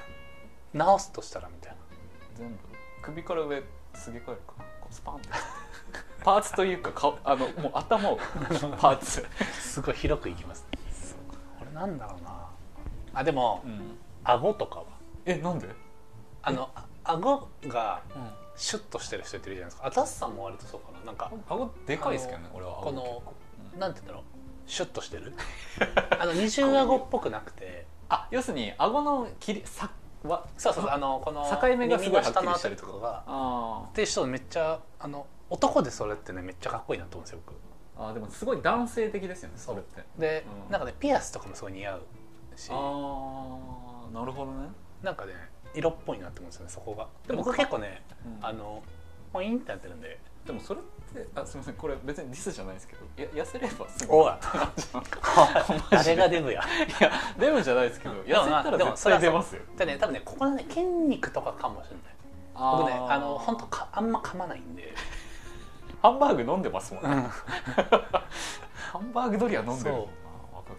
Speaker 1: 直すとしたらみたいな
Speaker 2: 全部首から上すげ替えるかなこうスパンってパーツというか顔あのもう頭をパーツ、
Speaker 1: すごい広くいきますこれなんだろうなあでも
Speaker 2: うん、
Speaker 1: 顎とかは
Speaker 2: えなんで、
Speaker 1: あのあ顎が
Speaker 2: うん、
Speaker 1: シュッとしてる人いてるじゃないですかあたすさんも割とそうかななんか
Speaker 2: 顎でかいですけどね
Speaker 1: あの
Speaker 2: 俺は顎
Speaker 1: こ
Speaker 2: 結
Speaker 1: の
Speaker 2: 構うん
Speaker 1: なんて言うんだろうシュッとして るあの二重顎っぽくなくて
Speaker 2: あ要するに顎の切りさは
Speaker 1: そうそうそうあのこの
Speaker 2: 境目がすごい
Speaker 1: 耳の下のあ
Speaker 2: はっきりして
Speaker 1: たり
Speaker 2: ると
Speaker 1: と
Speaker 2: こ
Speaker 1: かが
Speaker 2: あ
Speaker 1: っていう人めっちゃあの男でそれってねめっちゃかっこいいなと思うんですよ僕
Speaker 2: ーあーでもすごい男性的ですよねそれって
Speaker 1: で、
Speaker 2: うん
Speaker 1: なんかねピアスとかもすごい似合うし
Speaker 2: ああなるほどね、
Speaker 1: なんかね色っぽいなって思うんですよねそこが
Speaker 2: で
Speaker 1: で
Speaker 2: も
Speaker 1: 僕結構ね
Speaker 2: うん
Speaker 1: あのポインってなってるんで
Speaker 2: でもそれってあすみませんこれ別にディスじゃないですけどや痩せればす
Speaker 1: お
Speaker 2: ご い
Speaker 1: い
Speaker 2: で
Speaker 1: 誰がデブや
Speaker 2: いやデブじゃないですけど、
Speaker 1: うん
Speaker 2: 痩せたら
Speaker 1: でも
Speaker 2: 絶対出
Speaker 1: でも
Speaker 2: ますよ
Speaker 1: でね多分ねここのね筋肉とかかもしれない僕ねあの本当かあんま噛まないんで
Speaker 2: ハンバーグ飲んでますもんねハンバーグドリア飲んでるもん
Speaker 1: そう
Speaker 2: な若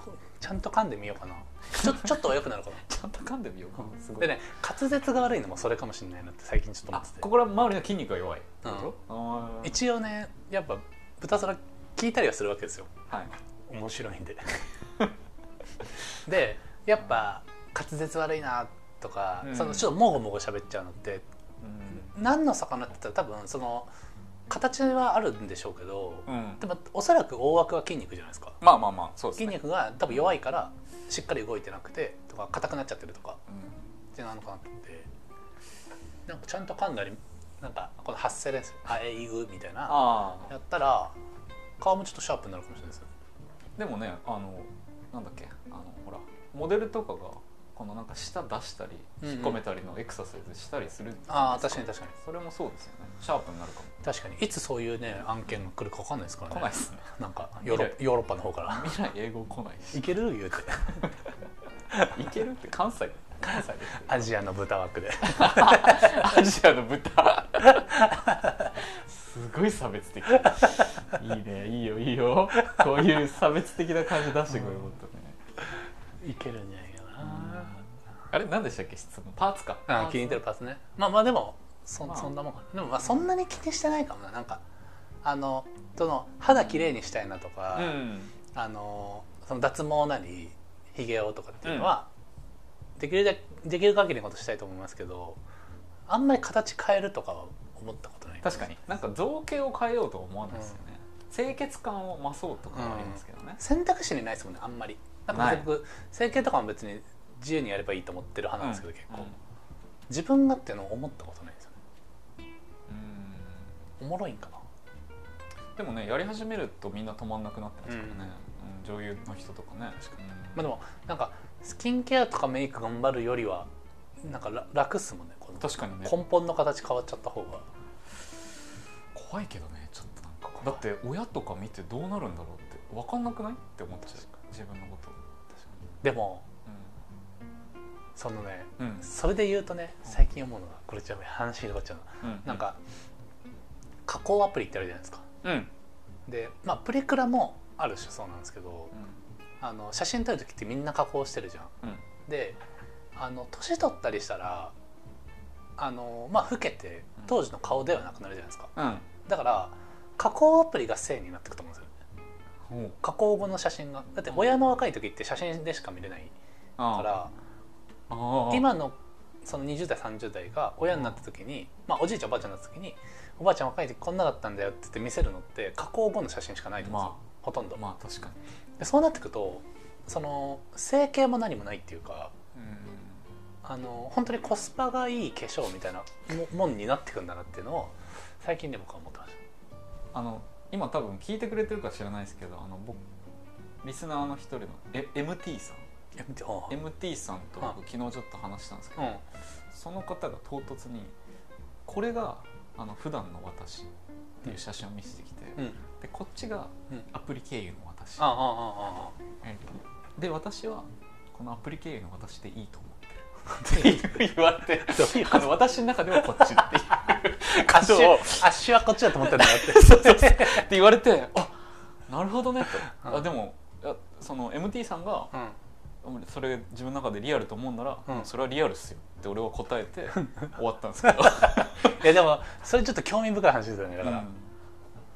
Speaker 2: くなって
Speaker 1: ちゃんと噛んでみようかなちょちょっとは良くなるかな
Speaker 2: ちゃんと噛んでみようかなすごい
Speaker 1: でね滑舌が悪いのもそれかもしれないなって最近ちょっと思
Speaker 2: あ
Speaker 1: ってて
Speaker 2: ここら周りの筋肉が弱いってことあー
Speaker 1: 一応ねやっぱ豚皿聞いたりはするわけですよ
Speaker 2: はい
Speaker 1: 面白いんで でやっぱ滑舌悪いなとか、
Speaker 2: うん
Speaker 1: そのちょっともごもご喋っちゃうのって
Speaker 2: うん
Speaker 1: 何の魚って言ったら多分その形はあるんでしょうけど、
Speaker 2: うん
Speaker 1: でもおそらく大枠は筋肉じゃないですか
Speaker 2: まあまあまあそうです
Speaker 1: 筋
Speaker 2: ね
Speaker 1: 肉が多分弱いからしっかり動いてなくてとか硬くなっちゃってるとか
Speaker 2: うん
Speaker 1: ってなのかなと思ってなんかちゃんと噛んだりなんかこの発声ですよ「あえいう」みたいな
Speaker 2: あ
Speaker 1: やったら顔もちょっとシャープになるかもしれないですよ
Speaker 2: でもねあのなんだっけあのほらモデルとかがこのなんか舌出したり
Speaker 1: うんうん
Speaker 2: 引っ込めたりのエクササイズしたりするじゃ
Speaker 1: あ
Speaker 2: な
Speaker 1: あ
Speaker 2: いです
Speaker 1: 確かに確かに
Speaker 2: それもそうですよねシャープになるかも
Speaker 1: 確かにいつそういうね案件が来るか分かんないですからね
Speaker 2: 来ないですね
Speaker 1: なんかヨーロッヨーロッパの方から
Speaker 2: 未来英語来ない
Speaker 1: 「
Speaker 2: し
Speaker 1: いける?」言うて
Speaker 2: いけるって関西関西ですよ
Speaker 1: アジアの豚枠で
Speaker 2: アジアの豚すごい差別的いいねいいよいいよこういう差別的な感じ出してくれるもっとね
Speaker 1: いけるんじゃないかな
Speaker 2: あれ何でしたっけ質問パーツか
Speaker 1: あー気に入ってるパーツねまあまあでもそ,、
Speaker 2: まあ
Speaker 1: そんなもんかなでもまあそんなに気にしてないかもななんかあのその肌きれいにしたいなとか、
Speaker 2: うん
Speaker 1: あのその脱毛なりひげをとかっていうのは、できるだできる限りのことしたいと思いますけどあんまり形変えるとかは思ったことない
Speaker 2: 確かになんか造形を変えようとは思わないですよね、清潔感を増そうとかはありますけどね、
Speaker 1: 選択肢にないですもんねあんまりなんか
Speaker 2: ない
Speaker 1: 僕整形とかも別に自由にやればいいと思ってる派なんですけど、結構、
Speaker 2: うん
Speaker 1: 自分がっていうのを思ったことないですよね
Speaker 2: うん
Speaker 1: おもろいんかな
Speaker 2: でもねやり始めるとみんな止まんなくなってますからね、うん女優の人とかね
Speaker 1: まあ、でもなんかスキンケアとかメイク頑張るよりはなんから楽っすもんねこの
Speaker 2: 確かにね
Speaker 1: 根本の形変わっちゃった方が
Speaker 2: 怖いけどねちょっとなんかだって親とか見てどうなるんだろうって分かんなくないって思っちゃう自分のこと
Speaker 1: でもそのね
Speaker 2: うん、うん
Speaker 1: それで言うとね最近思うのがこれちょっと話が変わっちゃうな
Speaker 2: うん、
Speaker 1: なんか加工アプリってあるじゃないですか
Speaker 2: うん、うん
Speaker 1: でまあプリクラもある種そうなんですけどあの写真撮る時ってみんな加工してるじゃん
Speaker 2: うん
Speaker 1: であの年取ったりしたらあのまあ老けて当時の顔ではなくなるじゃないですか
Speaker 2: うん
Speaker 1: だから加工アプリが性になってくと思うんですよね
Speaker 2: ほう
Speaker 1: 加工後の写真がだって親の若い時って写真でしか見れないか
Speaker 2: あ
Speaker 1: ら
Speaker 2: あああ
Speaker 1: 今のその20代30代が親になった時に、まあ、おじいちゃんおばあちゃんになった時におばあちゃん若い時こんなだったんだよって言って見せるのって加工後の写真しかないと思うんですよ、
Speaker 2: ま
Speaker 1: ほとんど、
Speaker 2: まあ確かに
Speaker 1: でそうなってくとその整形も何もないっていうか
Speaker 2: うん
Speaker 1: あの本当にコスパがいい化粧みたいなももんになってくんだなっていうのを最近で僕は思ってまし
Speaker 2: あの今多分聞いてくれてるか知らないですけどあの僕リスナーの一人のえ MT さん
Speaker 1: たいや見てほ
Speaker 2: MT さんと僕昨日ちょっと話したんですけ
Speaker 1: う
Speaker 2: ど、
Speaker 1: ん
Speaker 2: その方が唐突に「これがあの普段の私」っていう写真を見せてきて、
Speaker 1: うん
Speaker 2: でこっちが
Speaker 1: うん
Speaker 2: アプリ経由の私、
Speaker 1: あああ ああ
Speaker 2: えーで私はこのアプリ経由の私でいいと思ってるっていう言われて
Speaker 1: あどういうこ
Speaker 2: あ
Speaker 1: と
Speaker 2: の私の中ではこっち っていう
Speaker 1: アッシュ
Speaker 2: を
Speaker 1: アッシュはこっちだと思ってんだよって
Speaker 2: って言われてあなるほどねと、
Speaker 1: うん
Speaker 2: あでもいやその MT さんが
Speaker 1: うんうん
Speaker 2: それ自分の中でリアルと思うんなら、
Speaker 1: うん
Speaker 2: それはリアルっすよって俺は答えて終わったんで すけど
Speaker 1: いやでもそれちょっと興味深い話ですよねだから、
Speaker 2: うん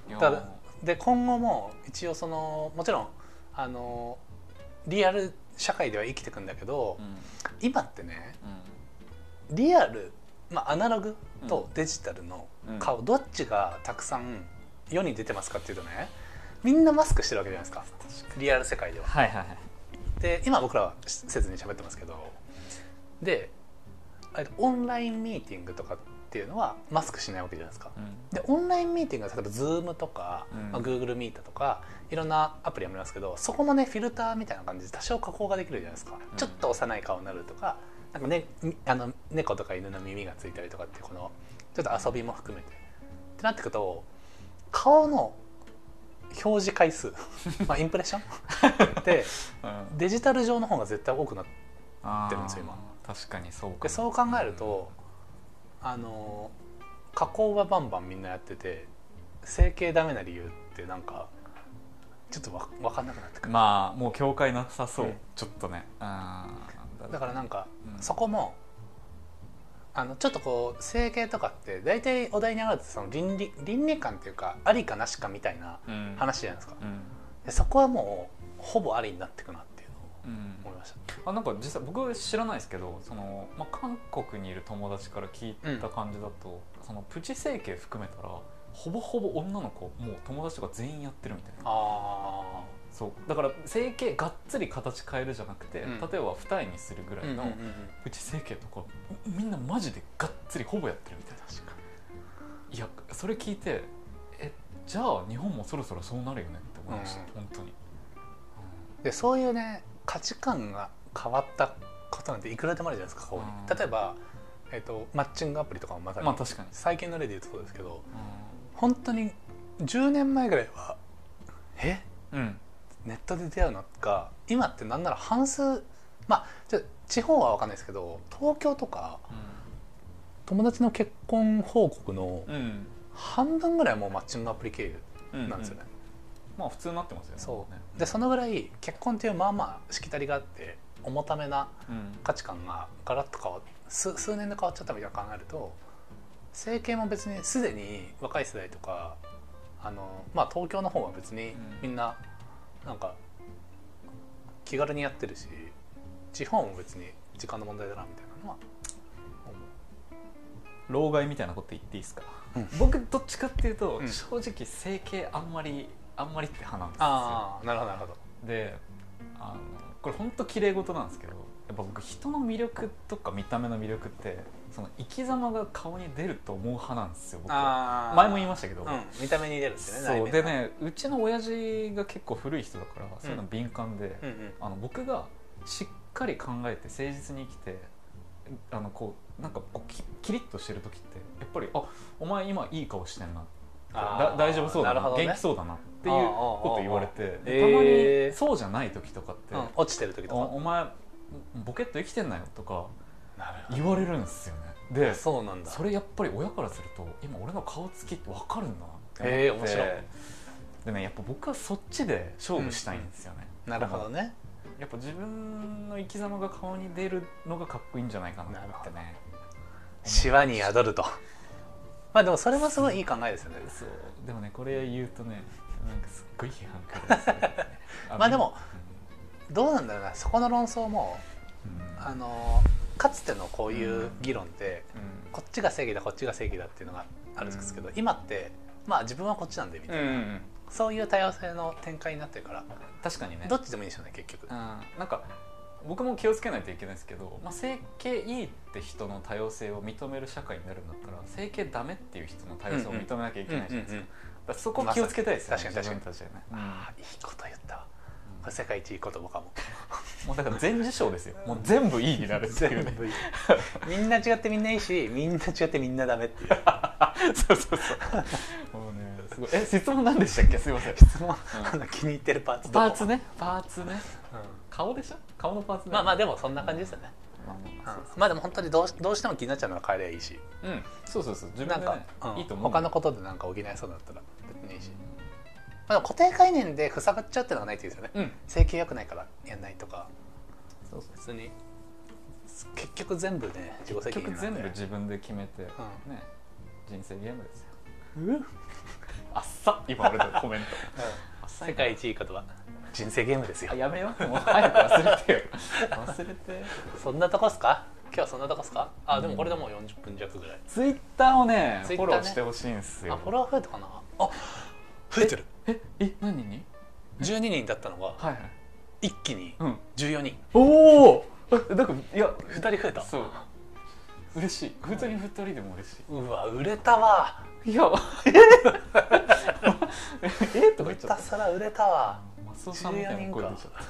Speaker 2: いや
Speaker 1: ただで今後も一応そのもちろんあのリアル社会では生きてくんだけど、
Speaker 2: うん
Speaker 1: 今ってねリアル、まあ、アナログとデジタルの
Speaker 2: うん
Speaker 1: 顔、どっちがたくさん世に出てますかっていうとねみんなマスクしてるわけじゃないですかリアル世界では。
Speaker 2: はいはいはい
Speaker 1: で今僕らはせずに喋ってますけどでえっとオンラインミーティングとかっていうのはマスクしないわけじゃないですか。
Speaker 2: う
Speaker 1: でオンラインミーティングは例えば Zoom とか、
Speaker 2: うん
Speaker 1: まあ、Google Meet とかいろんなアプリありますけどそこもねフィルターみたいな感じで多少加工ができるじゃないですか、
Speaker 2: うん
Speaker 1: ちょっと幼い顔になるとかなんか、ね、みあの猫とか犬の耳がついたりとかっていうこのちょっと遊びも含めてってなってくと顔の表示回 数まあインプレッション で
Speaker 2: んうん
Speaker 1: デジタル上の方が絶対多くなって
Speaker 2: あー
Speaker 1: てるんですよ今
Speaker 2: 確かにそうか
Speaker 1: でそう考えるとあの加工はバンバンみんなやってて整形ダメな理由ってなんかちょっとわ分かんなくなってくる
Speaker 2: まあもう境界なさそう、
Speaker 1: うん
Speaker 2: ちょっとねあー
Speaker 1: だからなんか、
Speaker 2: うん
Speaker 1: そこもあのちょっとこう整形とかって大体お題に上がるとその倫理倫理観っていうかありかなしかみたいな
Speaker 2: うん
Speaker 1: 話じゃないですか
Speaker 2: うん
Speaker 1: でそこはもうほぼありになってくなっていうのを
Speaker 2: うん
Speaker 1: 思いました
Speaker 2: あなんか実際僕知らないですけどその、まあ、韓国にいる友達から聞いた感じだと、そのプチ整形含めたらほぼほぼ女の子もう友達とか全員やってるみたいな
Speaker 1: あ
Speaker 2: そうだから整形がっつり形変えるじゃなくて、
Speaker 1: うん
Speaker 2: 例えば二重にするぐら
Speaker 1: あ、うん
Speaker 2: い
Speaker 1: うんう
Speaker 2: の
Speaker 1: んうん、
Speaker 2: プチ整形とかみんなマジでがっつりほぼやってるみたいな
Speaker 1: 確かに
Speaker 2: いやそれ聞いてええじゃあ日本もそろそろそうなるよねって思いました、
Speaker 1: うん
Speaker 2: 本当に、
Speaker 1: でそういうね価値観が変わったことなんていくらでもあるじゃないですか過去
Speaker 2: うん
Speaker 1: に例えば、えっとマッチングアプリとかもまさに、
Speaker 2: まあ確かに、
Speaker 1: 最近の例で言うとそうですけど本当に10年前ぐらいはえ
Speaker 2: うん
Speaker 1: ネットで出会うのが今ってなんなら半数まあちょ地方は分かんないですけど東京とか友達の結婚報告の
Speaker 2: うんうん
Speaker 1: 半分ぐらいはもうマッチングアプリ経
Speaker 2: うん
Speaker 1: 由なんですよね、
Speaker 2: まあ普通になってますよね
Speaker 1: そう
Speaker 2: ね
Speaker 1: でそのぐらい結婚っていうまあまあしきたりがあって重ためな
Speaker 2: うん
Speaker 1: 価値観がガラッと変わっ数数年で変わっちゃったみたいな考えると整形も別にすでに若い世代とかあの、まあ、東京の方は別にみんななんか気軽にやってるし地方も別に時間の問題だなみたいなのは思
Speaker 2: 老害みたいなこと言っていいですか、
Speaker 1: うん
Speaker 2: 僕どっちかっていうと、
Speaker 1: うん
Speaker 2: 正直整形あんまりあんまりって派なんですよ
Speaker 1: ああなるほどなるほど
Speaker 2: であのこれ本当綺麗事なんですけどやっぱ僕人の魅力とか見た目の魅力ってその生き様が顔に出ると思う派なんですよ僕は
Speaker 1: あ
Speaker 2: 前も言いま
Speaker 1: し
Speaker 2: したけど、
Speaker 1: うん、見た目に出るんですよね
Speaker 2: そうで
Speaker 1: 内面が
Speaker 2: ねうちの親父が結構古い人だからそういうの敏感で、
Speaker 1: うんうん
Speaker 2: あの僕がしっかり考えて誠実に生きてあのこうなんかこうきキリッとしてる時ってやっぱりあお前今いい顔してんな
Speaker 1: あ
Speaker 2: だ
Speaker 1: ー
Speaker 2: 大丈夫そうだ
Speaker 1: な
Speaker 2: な
Speaker 1: るほどね
Speaker 2: 元気そうだなっていうこと言われて
Speaker 1: あーあーあー
Speaker 2: でたま
Speaker 1: え
Speaker 2: に
Speaker 1: ー
Speaker 2: そうじゃない時とかって、
Speaker 1: うん落ちてる時と
Speaker 2: お
Speaker 1: か
Speaker 2: お前ボケっと生きてんなよとか
Speaker 1: なる
Speaker 2: 言われるんですよねでそ
Speaker 1: そうなんだ
Speaker 2: れやっぱり親からすると今俺の顔つきって分かるんだなって思って
Speaker 1: へー面白い
Speaker 2: でねやっぱ僕はそっちで勝負したいんですよね、
Speaker 1: なるほどね
Speaker 2: やっぱ自分の生き様が顔に出るのがかっこいいんじゃないかなってね
Speaker 1: シワに宿るとまあでもそれもすごいいい考えですよね
Speaker 2: そうでもねこれ言うとねなんかすっごい批判からですよね
Speaker 1: まあでも、どうなんだろうなそこの論争も
Speaker 2: うんうん
Speaker 1: あのかつてのこういう議論で
Speaker 2: うん
Speaker 1: こっちが正義だこっちが正義だっていうのがあるんですけど今ってまあ自分はこっちなんでみたいな、
Speaker 2: うんうん
Speaker 1: そういう多様性の展開になってるから
Speaker 2: 確かにね
Speaker 1: どっちでもいいんでしょうね結局
Speaker 2: うん、なんか僕も気をつけないといけないですけど、まあ、整形いいって人の多様性を認める社会になるんだったら整形ダメっていう人の多様性を認めなきゃいけないじゃな
Speaker 1: う
Speaker 2: いですか,、
Speaker 1: んうんうん
Speaker 2: そこ気をつけたいですよね、
Speaker 1: まさに確かに
Speaker 2: 自分たちでね、
Speaker 1: ああいいこと言ったわこれ世界一いい言葉かも
Speaker 2: もうだから全事象ですよもう全部いいになるっていう ね
Speaker 1: 部いいみんな違ってみんないいしみんな違ってみんなダメ っていう
Speaker 2: そうそうそうもうねすごいえ質問何でしたっけすいません
Speaker 1: 質問、 あの気に入ってるパーツどこ
Speaker 2: パーツねパーツね
Speaker 1: うん
Speaker 2: 顔でしょ顔のパーツね
Speaker 1: まあまあでもそんな感じですよね、
Speaker 2: まあまあまあそう
Speaker 1: まあでも本当にどうしどうしても気になっちゃうのは変えりゃいいし
Speaker 2: そううんそうそうそう自
Speaker 1: なん
Speaker 2: 分で
Speaker 1: か
Speaker 2: ね、
Speaker 1: うん
Speaker 2: いいと思う
Speaker 1: 他のことでなんか補えそうだったら別にいいし、まあ、でも固定概念で塞がっちゃうっていうのがないっていいですよね
Speaker 2: うん
Speaker 1: 整形良くないからやんないとか
Speaker 2: そうそう
Speaker 1: 別に結局全部ね自己責
Speaker 2: 結
Speaker 1: 任
Speaker 2: 局
Speaker 1: なん
Speaker 2: 全
Speaker 1: で
Speaker 2: 部自分で決めて、
Speaker 1: う
Speaker 2: ね人生ゲームですよ
Speaker 1: うっ
Speaker 2: あっさ今 俺のコメントあっさい
Speaker 1: 世界一いいことは人生ゲームですよ
Speaker 2: あやめようもう早く忘 れてよ忘れて
Speaker 1: そんなとこっすか今日はそんなとこっすかあでもこれでもう40分弱ぐらい、
Speaker 2: ツイッターをね
Speaker 1: Twitter ね
Speaker 2: フォローしてほしいんですよ
Speaker 1: あフォロワー増えたかなあ増えてる
Speaker 2: ええ何に
Speaker 1: 12人だったのが
Speaker 2: はいはい
Speaker 1: 一気に
Speaker 2: うん
Speaker 1: 14人
Speaker 2: おおなんかいや
Speaker 1: 2人増えた
Speaker 2: そう嬉しい普通に二人でも嬉し
Speaker 1: うわ売れたわ
Speaker 2: いいやええとか言っ
Speaker 1: ひ
Speaker 2: ちゃ
Speaker 1: た
Speaker 2: った
Speaker 1: すら売れたわ
Speaker 2: マスオさんみたいな声出ちゃった
Speaker 1: い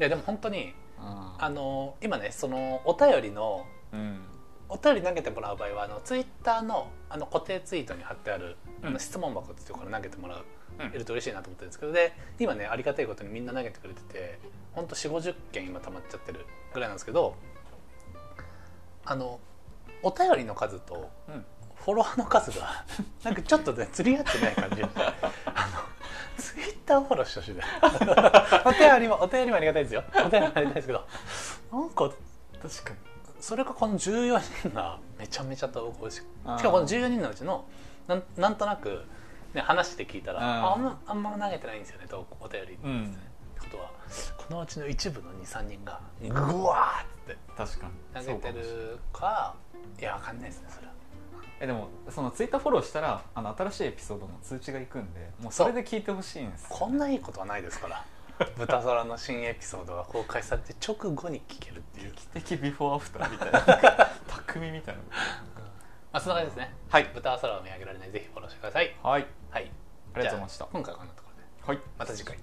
Speaker 1: やでも本当にあ
Speaker 2: あ
Speaker 1: の今ねそのお便りの
Speaker 2: うん
Speaker 1: お便り投げてもらう場合はあのツイッターのあの固定ツイートに貼ってある、あ
Speaker 2: うん
Speaker 1: の質問箱っていうところから投げてもらう、
Speaker 2: うん
Speaker 1: いると嬉しいなと思ってるんですけどで今ねありがたいことにみんな投げてくれてて本当4 5 0件今溜まっちゃってるぐらいなんですけどあのお便りの数と
Speaker 2: うん
Speaker 1: フォロワーの数が なんかちょっとね釣り合ってない感じがしてあのツイッターフォローしてほしいねお便りもお便りもありがたいですよお便りもありがたいですけどなんか
Speaker 2: 確かに
Speaker 1: それがこの14人がめちゃめちゃ投稿ししか
Speaker 2: あー
Speaker 1: もこの14人のうちのなんなんとなく、ね、話して聞いたら
Speaker 2: あ
Speaker 1: ああ
Speaker 2: ー
Speaker 1: んまあんま投げてないんですよね投稿お便りって,、
Speaker 2: うん
Speaker 1: ってことはこのうちの一部の23人が「ぐわ!」って
Speaker 2: 確か
Speaker 1: 投
Speaker 2: に
Speaker 1: げ
Speaker 2: そうか
Speaker 1: て
Speaker 2: もしれない
Speaker 1: るかいやわかんないですねそれは
Speaker 2: えでもそのツイッターフォローしたらあの新しいエピソードの通知が行くんでもうそれで聞いてほしいんです
Speaker 1: こんないいことはないですから 「豚皿」の新エピソードが公開されて直後に聞けるっていう、
Speaker 2: 劇的ビフォーアフターみ たいななんか匠みたいな
Speaker 1: まあ、そんな感じですね
Speaker 2: はい
Speaker 1: 豚皿を見上げられないぜひフォローしてください
Speaker 2: はい
Speaker 1: はい
Speaker 2: ました
Speaker 1: 今回はこんなところで
Speaker 2: はい
Speaker 1: また次回